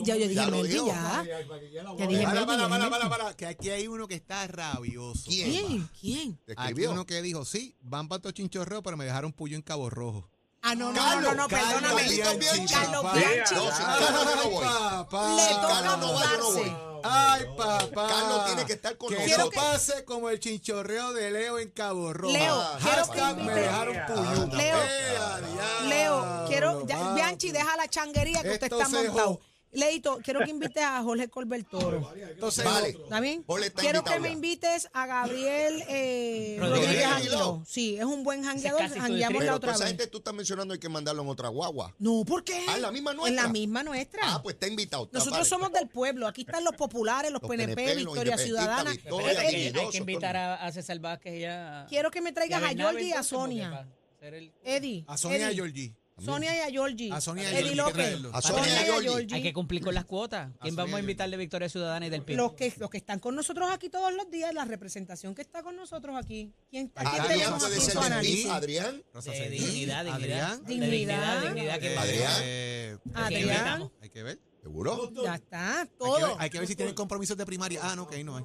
[SPEAKER 2] Ya, yo dije
[SPEAKER 3] Ya lo
[SPEAKER 2] Melvin,
[SPEAKER 3] dijo.
[SPEAKER 2] ya. Ya dije Melvin,
[SPEAKER 4] Para, para,
[SPEAKER 2] ya
[SPEAKER 4] para,
[SPEAKER 2] dije
[SPEAKER 4] para,
[SPEAKER 2] Melvin.
[SPEAKER 4] para. Que aquí hay uno que está rabioso.
[SPEAKER 3] ¿Quién?
[SPEAKER 2] ¿Quién? ¿Quién?
[SPEAKER 3] Te
[SPEAKER 4] Aquí
[SPEAKER 3] escribió.
[SPEAKER 4] uno que dijo, sí, van para estos chinchorreos, pero me dejaron puyo en Cabo Rojo.
[SPEAKER 2] Ah, no, no,
[SPEAKER 3] Carlos,
[SPEAKER 2] no, no,
[SPEAKER 3] Carlos
[SPEAKER 2] perdóname.
[SPEAKER 3] Bianchi,
[SPEAKER 2] Carlos
[SPEAKER 4] papá.
[SPEAKER 2] Bianchi.
[SPEAKER 3] Ah, No, si Carlos no, yo no voy.
[SPEAKER 4] papá.
[SPEAKER 2] Le
[SPEAKER 3] Si
[SPEAKER 2] toca
[SPEAKER 3] Carlos no va, yo no voy.
[SPEAKER 2] mudarse.
[SPEAKER 4] Ay, papá.
[SPEAKER 3] Carlos tiene que estar con
[SPEAKER 4] que
[SPEAKER 3] nosotros.
[SPEAKER 4] no pase como el chinchorreo de Leo en Cabo Rojo.
[SPEAKER 2] Leo,
[SPEAKER 3] Ah,
[SPEAKER 2] quiero que
[SPEAKER 4] Hashtag me
[SPEAKER 2] invite- Ah,
[SPEAKER 4] dejaron puyo.
[SPEAKER 2] Leo,
[SPEAKER 4] Eh, a diablo,
[SPEAKER 2] Leo, quiero. ya,
[SPEAKER 4] papi.
[SPEAKER 2] Bianchi, deja la changuería que usted
[SPEAKER 4] Esto
[SPEAKER 2] está
[SPEAKER 4] se
[SPEAKER 2] montado.
[SPEAKER 4] jo-
[SPEAKER 2] Leito, quiero que invites a Jorge Colbertoro.
[SPEAKER 3] Entonces, vale.
[SPEAKER 2] ¿Está bien?
[SPEAKER 3] Jorge está
[SPEAKER 2] Quiero
[SPEAKER 3] invitado
[SPEAKER 2] que me
[SPEAKER 3] ya.
[SPEAKER 2] invites a Gabriel eh,
[SPEAKER 5] (clears throat) Rodríguez
[SPEAKER 2] Rodríguez
[SPEAKER 3] Aguiló.
[SPEAKER 2] Aguiló. Sí, es un buen jangueador.
[SPEAKER 5] casi su
[SPEAKER 2] Jangueamos
[SPEAKER 5] distrito.
[SPEAKER 2] la
[SPEAKER 3] Pero toda
[SPEAKER 2] otra
[SPEAKER 3] esa
[SPEAKER 2] vez.
[SPEAKER 3] gente tú estás mencionando hay que mandarlo en otra guagua.
[SPEAKER 2] No, ¿por qué?
[SPEAKER 3] Ah, en la misma
[SPEAKER 2] En la
[SPEAKER 3] nuestra.
[SPEAKER 2] misma nuestra.
[SPEAKER 3] Ah, pues está invitado. está,
[SPEAKER 2] Nosotros
[SPEAKER 3] vale.
[SPEAKER 2] somos del pueblo. Aquí están los populares, los,
[SPEAKER 3] Los
[SPEAKER 2] PNP,
[SPEAKER 3] PNP, los
[SPEAKER 2] Victoria
[SPEAKER 3] independentistas,
[SPEAKER 2] Ciudadana.
[SPEAKER 3] Victoria,
[SPEAKER 2] Eh, eh,
[SPEAKER 3] Miguel.
[SPEAKER 5] hay que
[SPEAKER 3] Migueloso,
[SPEAKER 5] invitar
[SPEAKER 3] todo
[SPEAKER 5] a, a César Vázquez y a.
[SPEAKER 2] quiero que me
[SPEAKER 5] y a
[SPEAKER 2] traigas a
[SPEAKER 5] Bernabé,
[SPEAKER 2] Georgie y a
[SPEAKER 5] entonces, porque
[SPEAKER 2] Sonia.
[SPEAKER 5] para ser el-
[SPEAKER 2] Eddie.
[SPEAKER 4] A Sonia
[SPEAKER 2] Eddie.
[SPEAKER 4] y a Georgie.
[SPEAKER 2] Sonia y a Georgie.
[SPEAKER 4] A Sonia y a
[SPEAKER 2] Eddie
[SPEAKER 4] Georgie,
[SPEAKER 2] López.
[SPEAKER 4] que traerlo.
[SPEAKER 3] A Sonia y a Georgie.
[SPEAKER 5] Hay que cumplir con las cuotas. ¿Quién
[SPEAKER 4] Así
[SPEAKER 5] vamos
[SPEAKER 4] es.
[SPEAKER 5] a invitar de Victoria Ciudadana y del PIB?
[SPEAKER 2] Los que, los que están con nosotros aquí todos los días, la representación que está con nosotros aquí. ¿Quién está?
[SPEAKER 4] Ahí
[SPEAKER 2] ¿Quién
[SPEAKER 4] está,
[SPEAKER 3] Adrián
[SPEAKER 2] tenemos aquí
[SPEAKER 3] puede
[SPEAKER 2] en
[SPEAKER 3] ser
[SPEAKER 2] su
[SPEAKER 3] del
[SPEAKER 2] análisis?
[SPEAKER 3] PIB, Adrián.
[SPEAKER 4] Rosa
[SPEAKER 5] Eh,
[SPEAKER 4] Cedillo,
[SPEAKER 5] dignidad, dignidad.
[SPEAKER 4] Adrián.
[SPEAKER 5] De dignidad,
[SPEAKER 2] Dignidad.
[SPEAKER 5] dignidad. que-
[SPEAKER 3] Adrián.
[SPEAKER 4] Eh,
[SPEAKER 2] Adrián.
[SPEAKER 5] Adrián.
[SPEAKER 4] Hay que ver.
[SPEAKER 3] ¿Seguro?
[SPEAKER 2] Ya está,
[SPEAKER 4] Hay que ver,
[SPEAKER 2] todo.
[SPEAKER 4] hay que ver si tienen compromisos de primaria. Ah, no, que ahí no hay.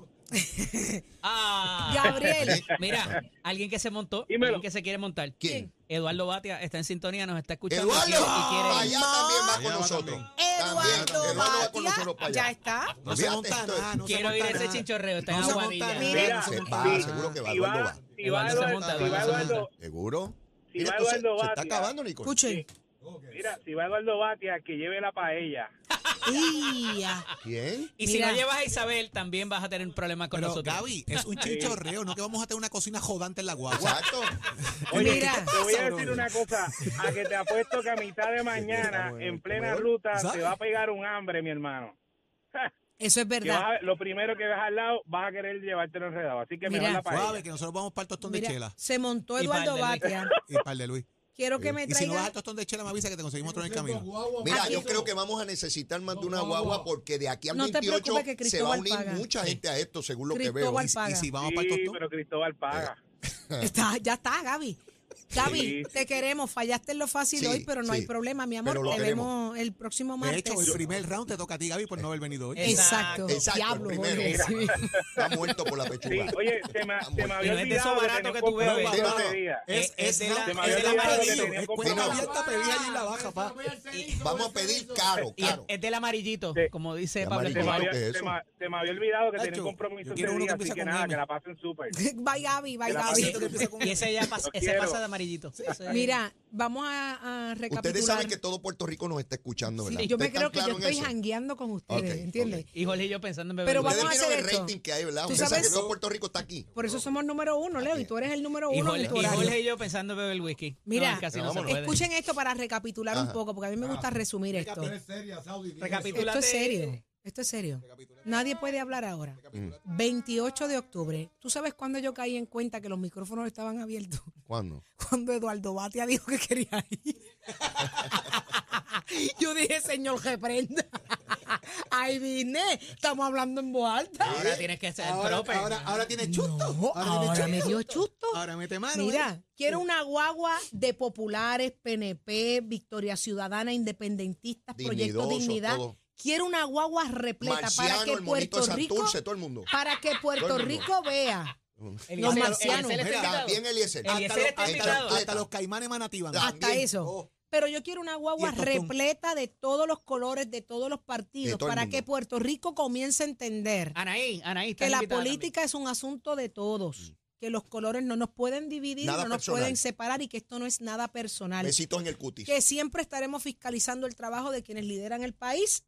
[SPEAKER 5] Ah,
[SPEAKER 2] (laughs) Gabriel,
[SPEAKER 5] Mira, alguien que se montó,
[SPEAKER 7] Dímelo.
[SPEAKER 5] alguien que se quiere montar.
[SPEAKER 3] ¿Quién?
[SPEAKER 5] Eduardo Batia está en sintonía, nos está escuchando.
[SPEAKER 3] Eduardo.
[SPEAKER 5] y quiere- y quiere-
[SPEAKER 3] Allá también va
[SPEAKER 4] Allá
[SPEAKER 3] con
[SPEAKER 4] va
[SPEAKER 3] nosotros.
[SPEAKER 4] también.
[SPEAKER 3] También,
[SPEAKER 2] Eduardo
[SPEAKER 3] va con nosotros
[SPEAKER 2] Batia,
[SPEAKER 3] para
[SPEAKER 2] ya
[SPEAKER 3] allá.
[SPEAKER 2] está.
[SPEAKER 4] No se
[SPEAKER 3] Olvídate,
[SPEAKER 4] monta
[SPEAKER 3] esto es-
[SPEAKER 4] nada, ah, no se
[SPEAKER 5] Quiero
[SPEAKER 4] monta
[SPEAKER 5] ir a ese
[SPEAKER 4] nada.
[SPEAKER 5] chinchorreo, está en
[SPEAKER 4] No se
[SPEAKER 5] Aguadilla.
[SPEAKER 4] monta
[SPEAKER 5] Mira,
[SPEAKER 4] nada,
[SPEAKER 7] Mira,
[SPEAKER 4] no se
[SPEAKER 3] Se-
[SPEAKER 4] monta
[SPEAKER 3] ah,
[SPEAKER 4] nada.
[SPEAKER 3] seguro que va,
[SPEAKER 7] Si
[SPEAKER 3] Eduardo
[SPEAKER 7] va,
[SPEAKER 3] va.
[SPEAKER 7] si va
[SPEAKER 5] Eduardo se
[SPEAKER 7] Eduardo,
[SPEAKER 5] monta,
[SPEAKER 7] si va
[SPEAKER 5] Eduardo se
[SPEAKER 7] Eduardo,
[SPEAKER 3] ¿Seguro?
[SPEAKER 7] Si
[SPEAKER 3] Mira,
[SPEAKER 7] va
[SPEAKER 3] esto se-
[SPEAKER 7] Eduardo
[SPEAKER 3] se, está
[SPEAKER 7] Batia.
[SPEAKER 3] acabando, Nicole.
[SPEAKER 2] Escuche.
[SPEAKER 7] mira, si va Eduardo Batia, que lleve
[SPEAKER 4] (laughs)
[SPEAKER 7] la paella.
[SPEAKER 2] Ia.
[SPEAKER 3] ¿Quién?
[SPEAKER 5] Y
[SPEAKER 2] Mira.
[SPEAKER 5] si no llevas a Isabel, también vas a tener problemas con
[SPEAKER 4] Pero,
[SPEAKER 5] nosotros.
[SPEAKER 4] Gaby,
[SPEAKER 2] (laughs)
[SPEAKER 4] es un chinchorreo, no que vamos a tener una cocina jodante en la guagua.
[SPEAKER 3] Exacto.
[SPEAKER 7] Oye,
[SPEAKER 2] Mira.
[SPEAKER 7] te voy a
[SPEAKER 4] Pasa,
[SPEAKER 7] decir
[SPEAKER 4] brother.
[SPEAKER 7] una cosa, a que te apuesto que a mitad de mañana,
[SPEAKER 4] bueno,
[SPEAKER 7] en
[SPEAKER 4] el
[SPEAKER 7] plena
[SPEAKER 4] comedor.
[SPEAKER 7] ruta,
[SPEAKER 4] ¿Sabes?
[SPEAKER 7] te va a pegar un hambre, mi hermano.
[SPEAKER 2] Eso es
[SPEAKER 7] Que vas
[SPEAKER 2] verdad.
[SPEAKER 7] a- lo primero que ves al lado, vas a querer llevártelo enredado. Así que
[SPEAKER 2] Mira.
[SPEAKER 7] mejor la
[SPEAKER 4] Suave,
[SPEAKER 7] paella.
[SPEAKER 4] que nosotros vamos para el tostón de
[SPEAKER 2] Mira,
[SPEAKER 4] chela.
[SPEAKER 2] se montó
[SPEAKER 5] Y
[SPEAKER 2] Eduardo
[SPEAKER 5] Valderrey.
[SPEAKER 2] Batia.
[SPEAKER 4] Y par de Luis.
[SPEAKER 2] Quiero que me
[SPEAKER 4] Y si no vas
[SPEAKER 2] traiga
[SPEAKER 4] al tostón de chela, me avisa que te conseguimos otro en el camino.
[SPEAKER 3] Mira, yo creo que vamos a necesitar más de una guagua porque de aquí al
[SPEAKER 2] No te
[SPEAKER 3] 28
[SPEAKER 2] preocupes que
[SPEAKER 3] se va a
[SPEAKER 2] Cristóbal
[SPEAKER 3] unir
[SPEAKER 2] paga.
[SPEAKER 3] mucha gente a esto, según lo que veo.
[SPEAKER 2] Cristóbal
[SPEAKER 4] Y, si- y
[SPEAKER 2] Paga.
[SPEAKER 4] si vamos para el
[SPEAKER 7] Sí,
[SPEAKER 4] tostón. Eh,
[SPEAKER 7] pero Cristóbal paga.
[SPEAKER 2] Está, ya está, Gaby. Gaby,
[SPEAKER 7] Sí.
[SPEAKER 2] te queremos. Fallaste en lo fácil
[SPEAKER 3] Sí,
[SPEAKER 2] hoy, pero no
[SPEAKER 3] sí.
[SPEAKER 2] hay problema, mi amor.
[SPEAKER 3] Pero lo
[SPEAKER 2] Te
[SPEAKER 3] queremos.
[SPEAKER 2] vemos el próximo
[SPEAKER 4] De
[SPEAKER 2] martes. Eh,
[SPEAKER 4] hecho, el primer round te toca a ti, Gaby, por no haber venido hoy.
[SPEAKER 2] Exacto.
[SPEAKER 3] Exacto,
[SPEAKER 2] Diablo,
[SPEAKER 3] el primero.
[SPEAKER 2] Jorge, sí. (laughs)
[SPEAKER 3] Está muerto por la
[SPEAKER 7] Sí,
[SPEAKER 3] pechuga.
[SPEAKER 7] oye, se me, se me
[SPEAKER 5] Y
[SPEAKER 7] había
[SPEAKER 5] no es de eso
[SPEAKER 7] olvidado
[SPEAKER 5] barato
[SPEAKER 7] tenía
[SPEAKER 5] que tú bebes.
[SPEAKER 7] compromiso
[SPEAKER 3] No, no.
[SPEAKER 7] ese día.
[SPEAKER 4] Es,
[SPEAKER 5] Eh, Es-
[SPEAKER 4] es,
[SPEAKER 5] es de la- Se
[SPEAKER 4] la,
[SPEAKER 5] me
[SPEAKER 4] es
[SPEAKER 5] había
[SPEAKER 4] de la
[SPEAKER 5] olvidado que
[SPEAKER 4] amarillo,
[SPEAKER 7] tenía
[SPEAKER 4] es cuenta
[SPEAKER 3] compromiso.
[SPEAKER 4] abierta, pedía allí en la baja, pa.
[SPEAKER 3] Vamos a pedir
[SPEAKER 2] este
[SPEAKER 3] caro,
[SPEAKER 5] Y es,
[SPEAKER 3] caro.
[SPEAKER 5] es del amarillito,
[SPEAKER 7] Sí.
[SPEAKER 5] como dice
[SPEAKER 3] De
[SPEAKER 5] Pablo
[SPEAKER 7] Se me,
[SPEAKER 3] amarillo.
[SPEAKER 5] Escobar.
[SPEAKER 7] había,
[SPEAKER 3] ¿Qué es
[SPEAKER 7] se
[SPEAKER 3] eso?
[SPEAKER 7] me- se me había olvidado que tenía
[SPEAKER 4] Nacho,
[SPEAKER 7] un compromiso
[SPEAKER 4] yo
[SPEAKER 7] ese
[SPEAKER 4] quiero uno
[SPEAKER 7] día,
[SPEAKER 4] que
[SPEAKER 7] así
[SPEAKER 4] empiece
[SPEAKER 7] que
[SPEAKER 4] con
[SPEAKER 7] nada,
[SPEAKER 4] M.
[SPEAKER 7] que la pasen súper.
[SPEAKER 2] Bye, Gaby. Bye,
[SPEAKER 7] Que la
[SPEAKER 2] Gaby.
[SPEAKER 4] Siento que empieza con-
[SPEAKER 5] (laughs) Y ese ya pas-
[SPEAKER 7] Lo
[SPEAKER 5] ese
[SPEAKER 7] quiero.
[SPEAKER 5] pasa de amarillito. Ese-
[SPEAKER 2] Mira, vamos a, a recapitular.
[SPEAKER 3] Ustedes saben que todo Puerto Rico nos está escuchando, ¿verdad?
[SPEAKER 2] Sí, yo me
[SPEAKER 3] ¿Ustedes
[SPEAKER 2] creo que
[SPEAKER 3] están
[SPEAKER 2] yo
[SPEAKER 3] claros
[SPEAKER 2] estoy
[SPEAKER 3] en eso?
[SPEAKER 2] jangueando con ustedes,
[SPEAKER 3] Ok,
[SPEAKER 2] ¿entiendes?
[SPEAKER 5] Y Jorge y yo pensando en beber.
[SPEAKER 2] Pero vamos a
[SPEAKER 3] Ustedes
[SPEAKER 2] hacer
[SPEAKER 3] vieron el
[SPEAKER 2] esto.
[SPEAKER 3] rating que hay, ¿verdad?
[SPEAKER 2] Tú
[SPEAKER 3] Ustedes saben que
[SPEAKER 2] sabes-
[SPEAKER 3] todo Puerto Rico está aquí.
[SPEAKER 2] Por eso somos número uno, Leo, y tú eres el número
[SPEAKER 5] y
[SPEAKER 2] uno
[SPEAKER 5] Jorge,
[SPEAKER 2] en tu
[SPEAKER 5] y
[SPEAKER 2] horario.
[SPEAKER 5] Jorge y yo pensando en beber whisky.
[SPEAKER 2] Mira,
[SPEAKER 5] no, casi
[SPEAKER 3] Pero
[SPEAKER 5] no se
[SPEAKER 3] vámonos.
[SPEAKER 5] puede.
[SPEAKER 2] Escuchen esto para recapitular un
[SPEAKER 3] Ajá.
[SPEAKER 2] poco, porque a mí me gusta resumir esto.
[SPEAKER 5] Recapitúlate.
[SPEAKER 2] Esto es serio. Esto es serio. Nadie puede hablar ahora. 28 de octubre. ¿Tú sabes cuándo yo caí en cuenta que los micrófonos estaban abiertos? (laughs)
[SPEAKER 3] ¿Cuándo?
[SPEAKER 2] Cuando Eduardo Batia dijo que quería ir. (laughs) yo dije, señor, reprenda. (laughs) Ahí vine. Estamos hablando en voz alta.
[SPEAKER 5] Ahora tienes que ser
[SPEAKER 4] Ahora,
[SPEAKER 5] proper.
[SPEAKER 4] ahora, ahora tiene chusto.
[SPEAKER 2] No, ahora
[SPEAKER 4] tiene
[SPEAKER 2] me dio chusto.
[SPEAKER 4] Ahora mete mano.
[SPEAKER 2] Mira,
[SPEAKER 4] ¿eh?
[SPEAKER 2] quiero una guagua de populares, PNP, Victoria Ciudadana, independentistas, Proyecto
[SPEAKER 3] Dignidosos,
[SPEAKER 2] Dignidad.
[SPEAKER 3] todo.
[SPEAKER 2] Quiero una guagua repleta para
[SPEAKER 3] Marciano,
[SPEAKER 2] que
[SPEAKER 3] el monito de
[SPEAKER 2] Puerto Rico,
[SPEAKER 3] Santurce, todo el mundo.
[SPEAKER 2] para que
[SPEAKER 3] Todo
[SPEAKER 2] Puerto
[SPEAKER 3] el mundo.
[SPEAKER 2] Rico vea Los
[SPEAKER 5] Eliezer-
[SPEAKER 2] marcianos.
[SPEAKER 5] Eliezer está invitado.
[SPEAKER 3] También Eliezer.
[SPEAKER 5] Eliezer
[SPEAKER 3] Hasta los-
[SPEAKER 5] está
[SPEAKER 3] hasta los-
[SPEAKER 5] invitado.
[SPEAKER 3] hasta
[SPEAKER 4] Hasta
[SPEAKER 3] los
[SPEAKER 4] los caimanes manativan.
[SPEAKER 3] Ah,
[SPEAKER 2] Hasta
[SPEAKER 3] También,
[SPEAKER 2] eso.
[SPEAKER 3] oh.
[SPEAKER 2] Pero yo quiero una guagua
[SPEAKER 4] el tostón.
[SPEAKER 2] repleta de todos los colores, de todos los partidos,
[SPEAKER 3] De todo el
[SPEAKER 2] para
[SPEAKER 3] mundo.
[SPEAKER 2] que Puerto Rico comience a entender
[SPEAKER 5] Anaí, Anaí, está
[SPEAKER 2] que la
[SPEAKER 5] invitada
[SPEAKER 2] política es un asunto de todos, que los colores no nos pueden dividir,
[SPEAKER 3] Mm. Nada
[SPEAKER 2] no nos
[SPEAKER 3] personal.
[SPEAKER 2] pueden separar y que esto no es nada personal.
[SPEAKER 3] Besitos en el cutis.
[SPEAKER 2] Que siempre estaremos fiscalizando el trabajo de quienes lideran el país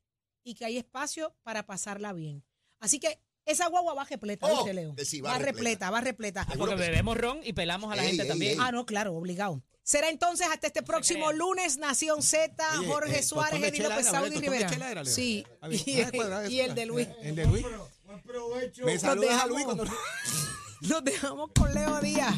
[SPEAKER 2] y que hay espacio para pasarla bien. Así que esa guagua va repleta,
[SPEAKER 3] Oh,
[SPEAKER 2] dice Leo.
[SPEAKER 3] que sí,
[SPEAKER 2] va
[SPEAKER 3] va
[SPEAKER 2] repleta,
[SPEAKER 3] repleta.
[SPEAKER 2] va repleta.
[SPEAKER 5] también. Porque bebemos ron y pelamos a la
[SPEAKER 3] Ey,
[SPEAKER 5] gente
[SPEAKER 3] ey,
[SPEAKER 5] también.
[SPEAKER 3] ey.
[SPEAKER 2] Ah, no, claro, obligado. Será entonces hasta este próximo
[SPEAKER 5] crean.
[SPEAKER 2] lunes, Nación Z,
[SPEAKER 4] Oye,
[SPEAKER 2] Jorge
[SPEAKER 4] eh,
[SPEAKER 2] Suárez,
[SPEAKER 4] tostón de
[SPEAKER 2] Eddie
[SPEAKER 4] chela
[SPEAKER 2] López
[SPEAKER 4] era,
[SPEAKER 2] Saúl y
[SPEAKER 4] ¿verdad? Tostón de chela era,
[SPEAKER 2] Rivera.
[SPEAKER 4] Leo.
[SPEAKER 2] Sí,
[SPEAKER 4] Ah, bien.
[SPEAKER 2] y,
[SPEAKER 4] Ah, cuadrado,
[SPEAKER 2] y el de Luis.
[SPEAKER 4] El de Luis. Me saludas a Luis cuando...
[SPEAKER 2] Nos dejamos con Leo Díaz.